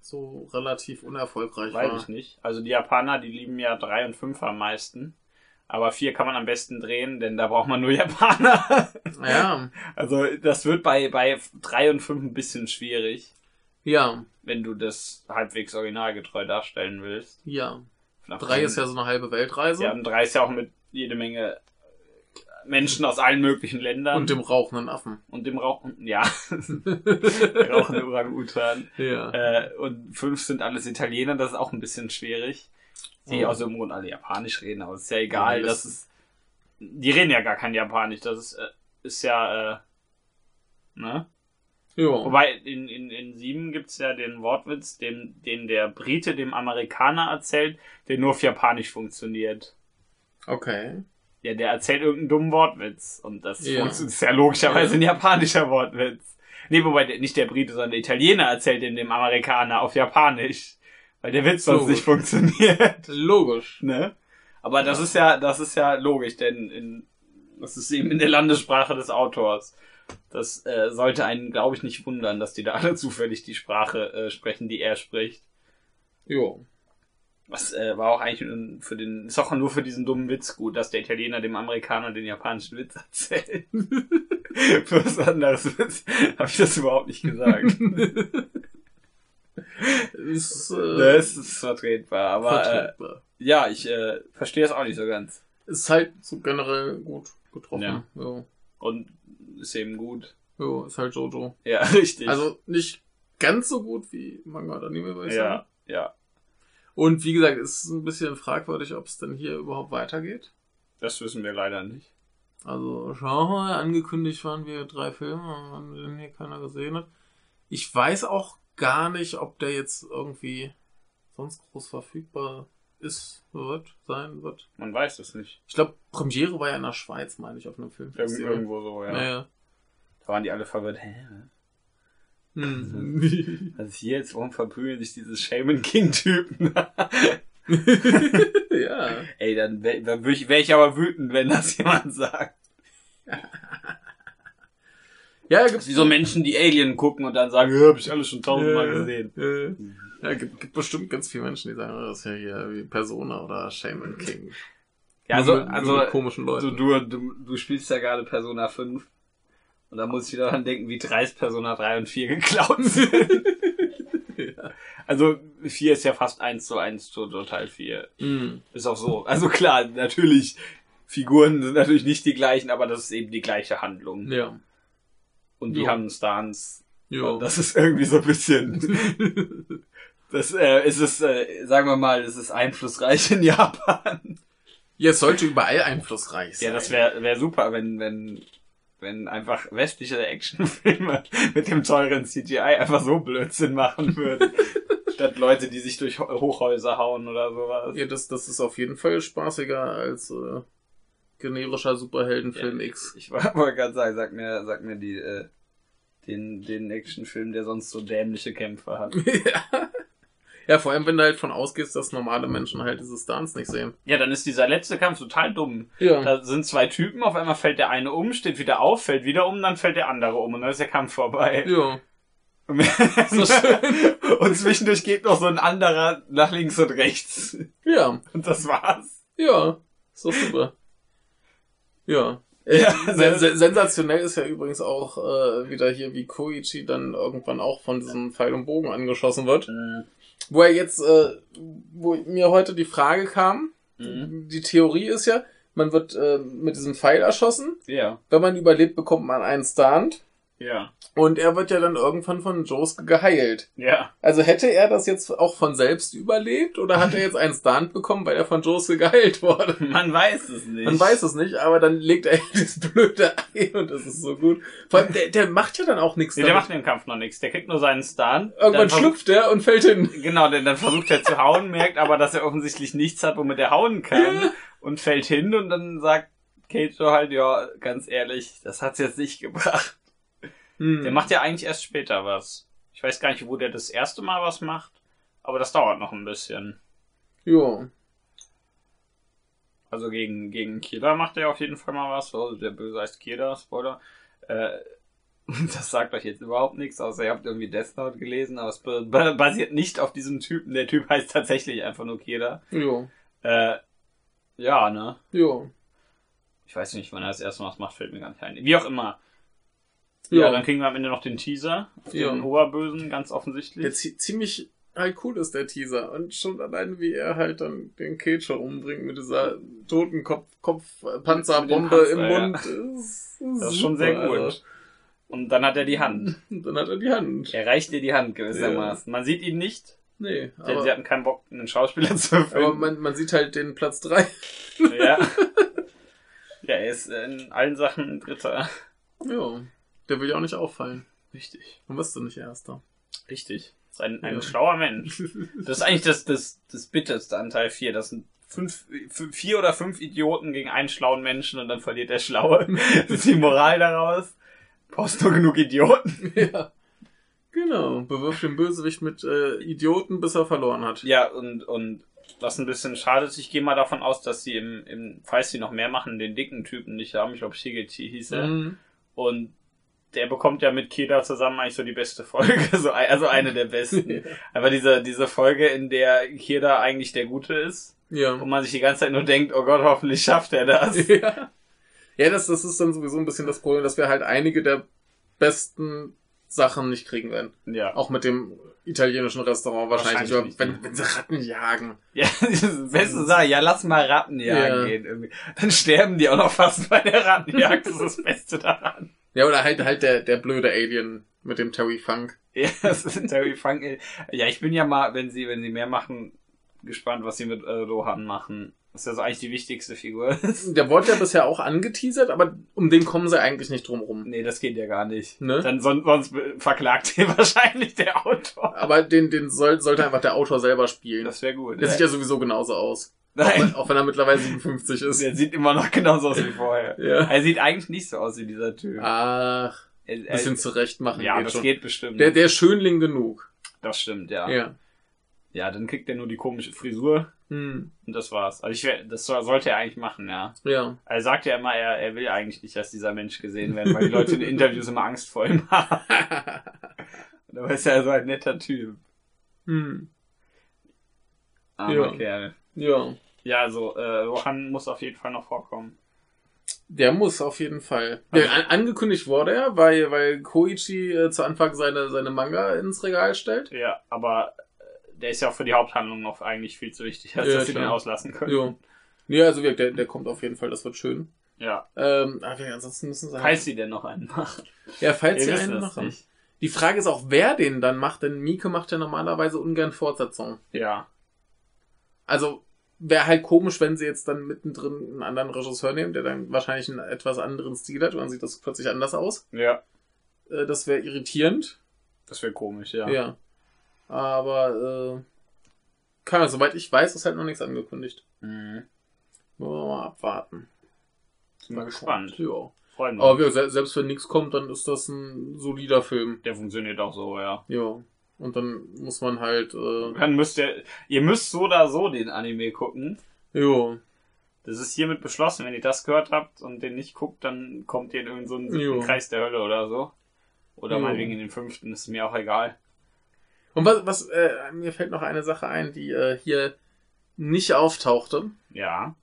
[SPEAKER 1] so relativ unerfolgreich war.
[SPEAKER 2] Weiß ich nicht. Also die Japaner, die lieben ja 3 und 5 am meisten. Aber 4 kann man am besten drehen, denn da braucht man nur Japaner.
[SPEAKER 1] Ja,
[SPEAKER 2] Also das wird bei, bei 3 und 5 ein bisschen schwierig,
[SPEAKER 1] ja,
[SPEAKER 2] wenn du das halbwegs originalgetreu darstellen willst.
[SPEAKER 1] ja.
[SPEAKER 2] Nach
[SPEAKER 1] Drei
[SPEAKER 2] dem-
[SPEAKER 1] ist ja so eine halbe Weltreise.
[SPEAKER 2] Ja, und 3 ist ja auch mit jede Menge Menschen aus allen möglichen Ländern.
[SPEAKER 1] Und dem rauchenden Affen.
[SPEAKER 2] und dem Rauchen, ja, der rauchende Orang-Utan.
[SPEAKER 1] Ja.
[SPEAKER 2] Äh, und 5 sind alles Italiener, das ist auch ein bisschen schwierig. Die
[SPEAKER 1] Oh.
[SPEAKER 2] aus dem Grund alle Japanisch reden, aber ist ja egal.
[SPEAKER 1] Ja,
[SPEAKER 2] das
[SPEAKER 1] das-
[SPEAKER 2] ist, die reden ja gar kein Japanisch, das ist, äh, ist ja, äh, ne?
[SPEAKER 1] Ja.
[SPEAKER 2] Wobei in, in, in sieben gibt's ja den Wortwitz, den, den der Brite dem Amerikaner erzählt, der nur auf Japanisch funktioniert.
[SPEAKER 1] Okay.
[SPEAKER 2] Ja, der erzählt irgendeinen dummen Wortwitz. Und das
[SPEAKER 1] Ja.
[SPEAKER 2] funktio- ist ja logischerweise ein japanischer Wortwitz. Nee, wobei der, nicht der Brite, sondern der Italiener erzählt den dem Amerikaner auf Japanisch. Weil der Witz sonst
[SPEAKER 1] Logisch.
[SPEAKER 2] nicht funktioniert.
[SPEAKER 1] Logisch.
[SPEAKER 2] Ne? Aber das ist ja, das ist ja logisch, denn in, das ist eben in der Landessprache des Autors. Das äh, sollte einen, glaube ich, nicht wundern, dass die da alle zufällig die Sprache äh, sprechen, die er spricht.
[SPEAKER 1] Jo.
[SPEAKER 2] Was äh, war auch eigentlich nun für den, ist auch nur für diesen dummen Witz gut, dass der Italiener dem Amerikaner den japanischen Witz erzählt. für was anderes Witz habe ich das überhaupt nicht gesagt.
[SPEAKER 1] Ist, äh,
[SPEAKER 2] das Ne, ist vertretbar, aber äh,
[SPEAKER 1] vertretbar.
[SPEAKER 2] ja, ich äh, verstehe es auch nicht so ganz.
[SPEAKER 1] Ist halt so generell gut getroffen.
[SPEAKER 2] Ja.
[SPEAKER 1] Ja. Jo.
[SPEAKER 2] Und ist eben gut.
[SPEAKER 1] Jo, ist halt Jojo.
[SPEAKER 2] Ja, richtig.
[SPEAKER 1] Also nicht ganz so gut wie Manga oder Anime, würde ich sagen.
[SPEAKER 2] ja, ja.
[SPEAKER 1] Und wie gesagt, ist ein bisschen fragwürdig, ob es denn hier überhaupt weitergeht.
[SPEAKER 2] Das wissen wir leider nicht.
[SPEAKER 1] Also schauen wir mal, angekündigt waren wir drei Filme, haben wir den hier keiner gesehen hat. Ich weiß auch gar nicht, ob der jetzt irgendwie sonst groß verfügbar ist, wird, sein wird.
[SPEAKER 2] Man weiß es nicht.
[SPEAKER 1] Ich glaube, Premiere war ja in der Schweiz, meine ich, auf einem Film.
[SPEAKER 2] Irgend, irgendwo so, ja.
[SPEAKER 1] ja. Naja.
[SPEAKER 2] Da waren die alle verwirrt. Hä?
[SPEAKER 1] Hm.
[SPEAKER 2] Was ist hier jetzt? Warum verprügeln sich diese Shaman King-Typen?
[SPEAKER 1] ja.
[SPEAKER 2] Ey, dann wäre wär, würd ich- wär ich aber wütend, wenn das jemand sagt.
[SPEAKER 1] Ja,
[SPEAKER 2] Das
[SPEAKER 1] gibt's
[SPEAKER 2] ist wie so Menschen, die Alien gucken und dann sagen, ja, hab ich alles schon tausendmal
[SPEAKER 1] Ja,
[SPEAKER 2] gesehen.
[SPEAKER 1] Ja, ja gibt, gibt bestimmt ganz viele Menschen, die sagen, oh, das ist ja hier wie Persona oder Shaman King.
[SPEAKER 2] Ja, also,
[SPEAKER 1] Nur mit- nur mit
[SPEAKER 2] also,
[SPEAKER 1] komischen Leuten.
[SPEAKER 2] also du, du, du spielst ja gerade Persona 5. Und da muss ich wieder dran denken, wie dreist Persona 3 und 4 geklaut sind. Also 4 ist ja fast 1 zu 1 zu Teil 4.
[SPEAKER 1] Mhm.
[SPEAKER 2] Ist auch so. Also klar, natürlich, Figuren sind natürlich nicht die gleichen, aber das ist eben die gleiche Handlung.
[SPEAKER 1] Ja.
[SPEAKER 2] Und die
[SPEAKER 1] Jo.
[SPEAKER 2] haben Stans.
[SPEAKER 1] Jo.
[SPEAKER 2] Das ist irgendwie so ein bisschen. Das äh, ist es, äh, sagen wir mal, es ist einflussreich in Japan.
[SPEAKER 1] Jetzt sollte überall einflussreich sein.
[SPEAKER 2] Ja, das wäre wär super, wenn, wenn, wenn einfach westliche Actionfilme mit dem teuren CGI einfach so Blödsinn machen würden. statt Leute, die sich durch Ho- Hochhäuser hauen oder sowas.
[SPEAKER 1] Ja, das, das ist auf jeden Fall spaßiger als äh, generischer Superheldenfilm X.
[SPEAKER 2] Ich war- wollte gerade sagen, sag mir, sag mir die, äh, den, den Actionfilm, der sonst so dämliche Kämpfe hat.
[SPEAKER 1] ja. ja, vor allem, wenn du halt von ausgehst, dass normale Menschen halt diese Stunts nicht sehen.
[SPEAKER 2] Ja, dann ist dieser letzte Kampf total dumm.
[SPEAKER 1] Ja.
[SPEAKER 2] Da sind zwei Typen, auf einmal fällt der eine um, steht wieder auf, fällt wieder um, dann fällt der andere um und dann ist der Kampf vorbei.
[SPEAKER 1] Ja. So schön.
[SPEAKER 2] und zwischendurch geht noch so ein anderer nach links und rechts.
[SPEAKER 1] Ja.
[SPEAKER 2] Und das war's.
[SPEAKER 1] Ja. Ist doch super. Ja. Ähm,
[SPEAKER 2] Ja,
[SPEAKER 1] Sen sen sensationell ist ja übrigens auch äh, wieder hier, wie Koichi dann irgendwann auch von diesem Pfeil und Bogen angeschossen wird. Wo er jetzt, äh, wo mir heute die Frage kam,
[SPEAKER 2] Mhm.
[SPEAKER 1] die Theorie ist ja, man wird äh, mit diesem Pfeil erschossen
[SPEAKER 2] Ja,
[SPEAKER 1] Wenn man überlebt, bekommt man einen Stunt.
[SPEAKER 2] ja,
[SPEAKER 1] Und er wird ja dann irgendwann von Josuke geheilt.
[SPEAKER 2] ja.
[SPEAKER 1] Also hätte er das jetzt auch von selbst überlebt oder hat er jetzt einen Stunt bekommen, weil er von Josuke geheilt wurde?
[SPEAKER 2] Man weiß es nicht.
[SPEAKER 1] Man weiß es nicht, aber dann legt er das blöde Ei und das ist so gut. Vor allem, der, der macht ja dann auch nichts
[SPEAKER 2] Nee, der macht
[SPEAKER 1] damit.
[SPEAKER 2] in dem Kampf noch nichts. Der kriegt nur seinen Stun.
[SPEAKER 1] Irgendwann
[SPEAKER 2] schluckt
[SPEAKER 1] schlüpft er und fällt hin.
[SPEAKER 2] Genau, denn dann versucht er zu hauen, merkt aber, dass er offensichtlich nichts hat, womit er hauen kann und fällt hin und dann sagt Keijo halt, ja, ganz ehrlich, das hat's jetzt nicht gebracht.
[SPEAKER 1] Hm.
[SPEAKER 2] Der macht ja eigentlich erst später was. Ich weiß gar nicht, wo der das erste Mal was macht, aber das dauert noch ein bisschen.
[SPEAKER 1] Jo.
[SPEAKER 2] Also gegen, gegen Kira macht er auf jeden Fall mal was. Also der Böse heißt Kira, Spoiler. Äh, das sagt euch jetzt überhaupt nichts, außer ihr habt irgendwie Death Note gelesen, aber es ba- ba- basiert nicht auf diesem Typen. Der Typ heißt tatsächlich einfach nur Kira.
[SPEAKER 1] Jo.
[SPEAKER 2] Äh, ja, ne?
[SPEAKER 1] Jo.
[SPEAKER 2] Ich weiß nicht, wann er das erste Mal was macht, fällt mir gar nicht ein. Wie auch immer.
[SPEAKER 1] Jo.
[SPEAKER 2] Ja, dann kriegen wir am Ende noch den Teaser.
[SPEAKER 1] Ja.
[SPEAKER 2] Den Oberbösen, ganz offensichtlich.
[SPEAKER 1] der zie- ziemlich halt cool ist, der Teaser. Und schon allein, wie er halt dann den Cage umbringt mit dieser Totenkopf-Panzerbombe
[SPEAKER 2] Panzer,
[SPEAKER 1] äh, im
[SPEAKER 2] ja.
[SPEAKER 1] Mund. Ist,
[SPEAKER 2] das ist schon sehr gut. Und dann hat er die Hand.
[SPEAKER 1] Und dann hat er die Hand.
[SPEAKER 2] Er reicht dir die Hand gewissermaßen. Man sieht ihn nicht,
[SPEAKER 1] Nee,
[SPEAKER 2] denn
[SPEAKER 1] aber,
[SPEAKER 2] sie hatten keinen Bock, einen Schauspieler zu finden.
[SPEAKER 1] aber man, man sieht halt den Platz 3.
[SPEAKER 2] ja. ja, er ist in allen Sachen ein Dritter.
[SPEAKER 1] ja, der will ja auch nicht auffallen.
[SPEAKER 2] Richtig.
[SPEAKER 1] Dann wirst du nicht Erster.
[SPEAKER 2] Richtig. Ist ein, ein
[SPEAKER 1] Ja.
[SPEAKER 2] schlauer Mensch. Das ist eigentlich das, das, das Bitterste an Teil 4. Das sind fünf, fünf- vier oder fünf Idioten gegen einen schlauen Menschen und dann verliert der Schlaue. Das ist die Moral daraus. Brauchst nur genug Idioten.
[SPEAKER 1] ja. Genau, bewirft den Bösewicht mit äh, Idioten, bis er verloren hat.
[SPEAKER 2] Ja, und, und was ein bisschen schade ist, ich gehe mal davon aus, dass sie im, im, falls sie noch mehr machen, den dicken Typen nicht haben. Ich glaube, Shigechi hieß er.
[SPEAKER 1] Mhm.
[SPEAKER 2] Und der bekommt ja mit Keda zusammen eigentlich so die beste Folge, so, ein- also eine der besten. Aber diese, diese Folge, in der Keda eigentlich der Gute ist.
[SPEAKER 1] Ja.
[SPEAKER 2] wo man sich die ganze Zeit nur denkt, oh Gott, hoffentlich schafft er das.
[SPEAKER 1] Ja, ja das, das ist dann sowieso ein bisschen das Problem, dass wir halt einige der besten Sachen nicht kriegen werden.
[SPEAKER 2] Ja.
[SPEAKER 1] Auch mit dem italienischen Restaurant wahrscheinlich,
[SPEAKER 2] Wahrscheinlich
[SPEAKER 1] oder
[SPEAKER 2] nicht,
[SPEAKER 1] wenn,
[SPEAKER 2] ne.
[SPEAKER 1] wenn sie Ratten jagen.
[SPEAKER 2] ja das ist das Beste Sache, ja, lass mal Rattenjagd
[SPEAKER 1] Ja.
[SPEAKER 2] gehen irgendwie. Dann sterben die auch noch fast bei der Rattenjagd, das ist das Beste daran.
[SPEAKER 1] Ja, oder halt halt der, der blöde Alien mit dem Terry Funk.
[SPEAKER 2] Ja, das ist Terry Funk. Ja, ich bin ja mal, wenn sie, wenn sie mehr machen, gespannt, was sie mit äh, Rohan machen. Das ist ja so eigentlich die wichtigste Figur.
[SPEAKER 1] Der wurde ja bisher auch angeteasert, aber um den kommen sie eigentlich nicht drum rum.
[SPEAKER 2] nee, das geht ja gar nicht.
[SPEAKER 1] Ne?
[SPEAKER 2] Dann son sonst be- verklagt ihn wahrscheinlich der Autor.
[SPEAKER 1] Aber den, den soll, sollte einfach der Autor selber spielen.
[SPEAKER 2] Das wäre gut.
[SPEAKER 1] der sieht ja sowieso genauso aus. Auch wenn,
[SPEAKER 2] Nein,
[SPEAKER 1] auch wenn er mittlerweile 57 ist.
[SPEAKER 2] der sieht immer noch genauso aus wie vorher. Ah,
[SPEAKER 1] Ja.
[SPEAKER 2] Er sieht eigentlich nicht so aus wie dieser Typ.
[SPEAKER 1] Ach,
[SPEAKER 2] Er- er-
[SPEAKER 1] bisschen zurecht machen
[SPEAKER 2] Ja,
[SPEAKER 1] geht
[SPEAKER 2] das
[SPEAKER 1] schon.
[SPEAKER 2] geht bestimmt.
[SPEAKER 1] Der, der ist Schönling genug.
[SPEAKER 2] das stimmt, ja. ja.
[SPEAKER 1] Ja.
[SPEAKER 2] dann kriegt er nur die komische Frisur
[SPEAKER 1] Hm.
[SPEAKER 2] und das war's. Also ich wär, das so- sollte er eigentlich machen, ja.
[SPEAKER 1] Ja.
[SPEAKER 2] Er sagt ja immer, er, er will eigentlich nicht, dass dieser Mensch gesehen wird, weil die Leute in Interviews immer Angst vor ihm haben. Und Aber ist ja so ein netter Typ.
[SPEAKER 1] hm.
[SPEAKER 2] Armer
[SPEAKER 1] Ja.
[SPEAKER 2] Kerl.
[SPEAKER 1] Ja.
[SPEAKER 2] Ja, also äh, Rohan muss auf jeden Fall noch vorkommen.
[SPEAKER 1] Der muss auf jeden Fall. Der,
[SPEAKER 2] Also-
[SPEAKER 1] an, angekündigt wurde er, weil, weil Koichi äh, zu Anfang seine, seine Manga ins Regal stellt.
[SPEAKER 2] Ja, aber äh, der ist ja auch für die Haupthandlung noch eigentlich viel zu wichtig, als
[SPEAKER 1] Ja,
[SPEAKER 2] dass sie den
[SPEAKER 1] klar.
[SPEAKER 2] auslassen können.
[SPEAKER 1] Jo. Ja, also wirklich, der, der kommt auf jeden Fall, das wird schön.
[SPEAKER 2] Ja.
[SPEAKER 1] Ähm, aber ansonsten müssen sie
[SPEAKER 2] Falls sie denn noch einen machen.
[SPEAKER 1] ja, falls
[SPEAKER 2] Wir
[SPEAKER 1] sie
[SPEAKER 2] wissen
[SPEAKER 1] einen
[SPEAKER 2] das
[SPEAKER 1] machen.
[SPEAKER 2] nicht.
[SPEAKER 1] Die Frage ist auch, wer den dann macht, denn Mieke macht ja normalerweise ungern Fortsetzungen.
[SPEAKER 2] Ja.
[SPEAKER 1] Also wäre halt komisch, wenn sie jetzt dann mittendrin einen anderen Regisseur nehmen, der dann wahrscheinlich einen etwas anderen Stil hat und dann sieht das plötzlich anders aus.
[SPEAKER 2] Ja.
[SPEAKER 1] Äh, das wäre irritierend.
[SPEAKER 2] Das wäre komisch,
[SPEAKER 1] Ja.
[SPEAKER 2] ja.
[SPEAKER 1] Aber äh, kann man, soweit ich weiß, ist halt noch nichts angekündigt.
[SPEAKER 2] Mhm.
[SPEAKER 1] Wollen wir mal abwarten.
[SPEAKER 2] Sind wir gespannt. Genau.
[SPEAKER 1] Ja.
[SPEAKER 2] Freuen wir
[SPEAKER 1] Aber
[SPEAKER 2] uns.
[SPEAKER 1] ja, se- selbst wenn nichts kommt, dann ist das ein solider Film.
[SPEAKER 2] Der funktioniert auch so, ja.
[SPEAKER 1] Ja. Und dann muss man halt. Äh,
[SPEAKER 2] Dann müsst ihr, ihr müsst so oder so den Anime gucken.
[SPEAKER 1] jo.
[SPEAKER 2] Das ist hiermit beschlossen. Wenn ihr das gehört habt und den nicht guckt, dann kommt ihr in irgendeinen so einen siebten
[SPEAKER 1] Jo.
[SPEAKER 2] Kreis der Hölle oder so. Oder
[SPEAKER 1] Jo.
[SPEAKER 2] meinetwegen in den fünften, ist mir auch egal.
[SPEAKER 1] Und was, was äh, mir fällt noch eine Sache ein, die äh, hier nicht auftauchte.
[SPEAKER 2] Ja.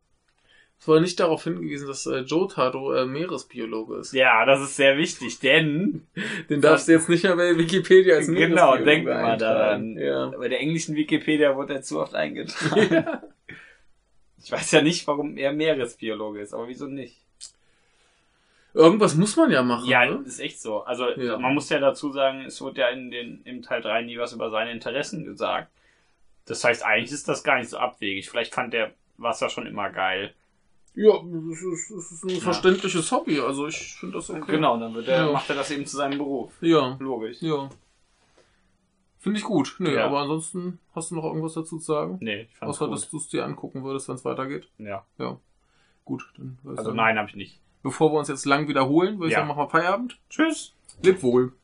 [SPEAKER 1] Es wurde nicht darauf hingewiesen, dass äh, Jotaro äh, Meeresbiologe ist.
[SPEAKER 2] Ja, das ist sehr wichtig, denn
[SPEAKER 1] Den darfst du jetzt nicht mehr bei Wikipedia als
[SPEAKER 2] genau,
[SPEAKER 1] Meeresbiologe
[SPEAKER 2] denkt mal daran.
[SPEAKER 1] eintragen. Ja.
[SPEAKER 2] Bei der englischen Wikipedia wurde er zu oft eingetragen. Ich weiß ja nicht, warum er Meeresbiologe ist, aber wieso nicht?
[SPEAKER 1] Irgendwas muss man ja machen.
[SPEAKER 2] Ja,
[SPEAKER 1] ne?
[SPEAKER 2] ist echt so. Also
[SPEAKER 1] Ja.
[SPEAKER 2] man muss ja dazu sagen, es wurde ja in den, im Teil 3 nie was über seine Interessen gesagt. Das heißt, eigentlich ist das gar nicht so abwegig. Vielleicht fand der Wasser schon immer geil.
[SPEAKER 1] Ja, es ist, es ist ein verständliches Hobby, also ich finde das okay.
[SPEAKER 2] Genau, dann wird er,
[SPEAKER 1] Ja.
[SPEAKER 2] macht er das eben zu seinem Beruf.
[SPEAKER 1] Ja,
[SPEAKER 2] Logisch.
[SPEAKER 1] ja. Finde ich gut. Nö,
[SPEAKER 2] Ja.
[SPEAKER 1] aber ansonsten hast du noch irgendwas dazu zu sagen?
[SPEAKER 2] Nee, ich fand's
[SPEAKER 1] Außer,
[SPEAKER 2] gut.
[SPEAKER 1] dass du es dir angucken würdest, wenn es weitergeht.
[SPEAKER 2] ja.
[SPEAKER 1] Gut, dann.
[SPEAKER 2] Also nein, habe ich nicht.
[SPEAKER 1] Bevor wir uns jetzt lang wiederholen, würde ich
[SPEAKER 2] Ja.
[SPEAKER 1] sagen, machen wir Feierabend.
[SPEAKER 2] Tschüss.
[SPEAKER 1] Leb wohl.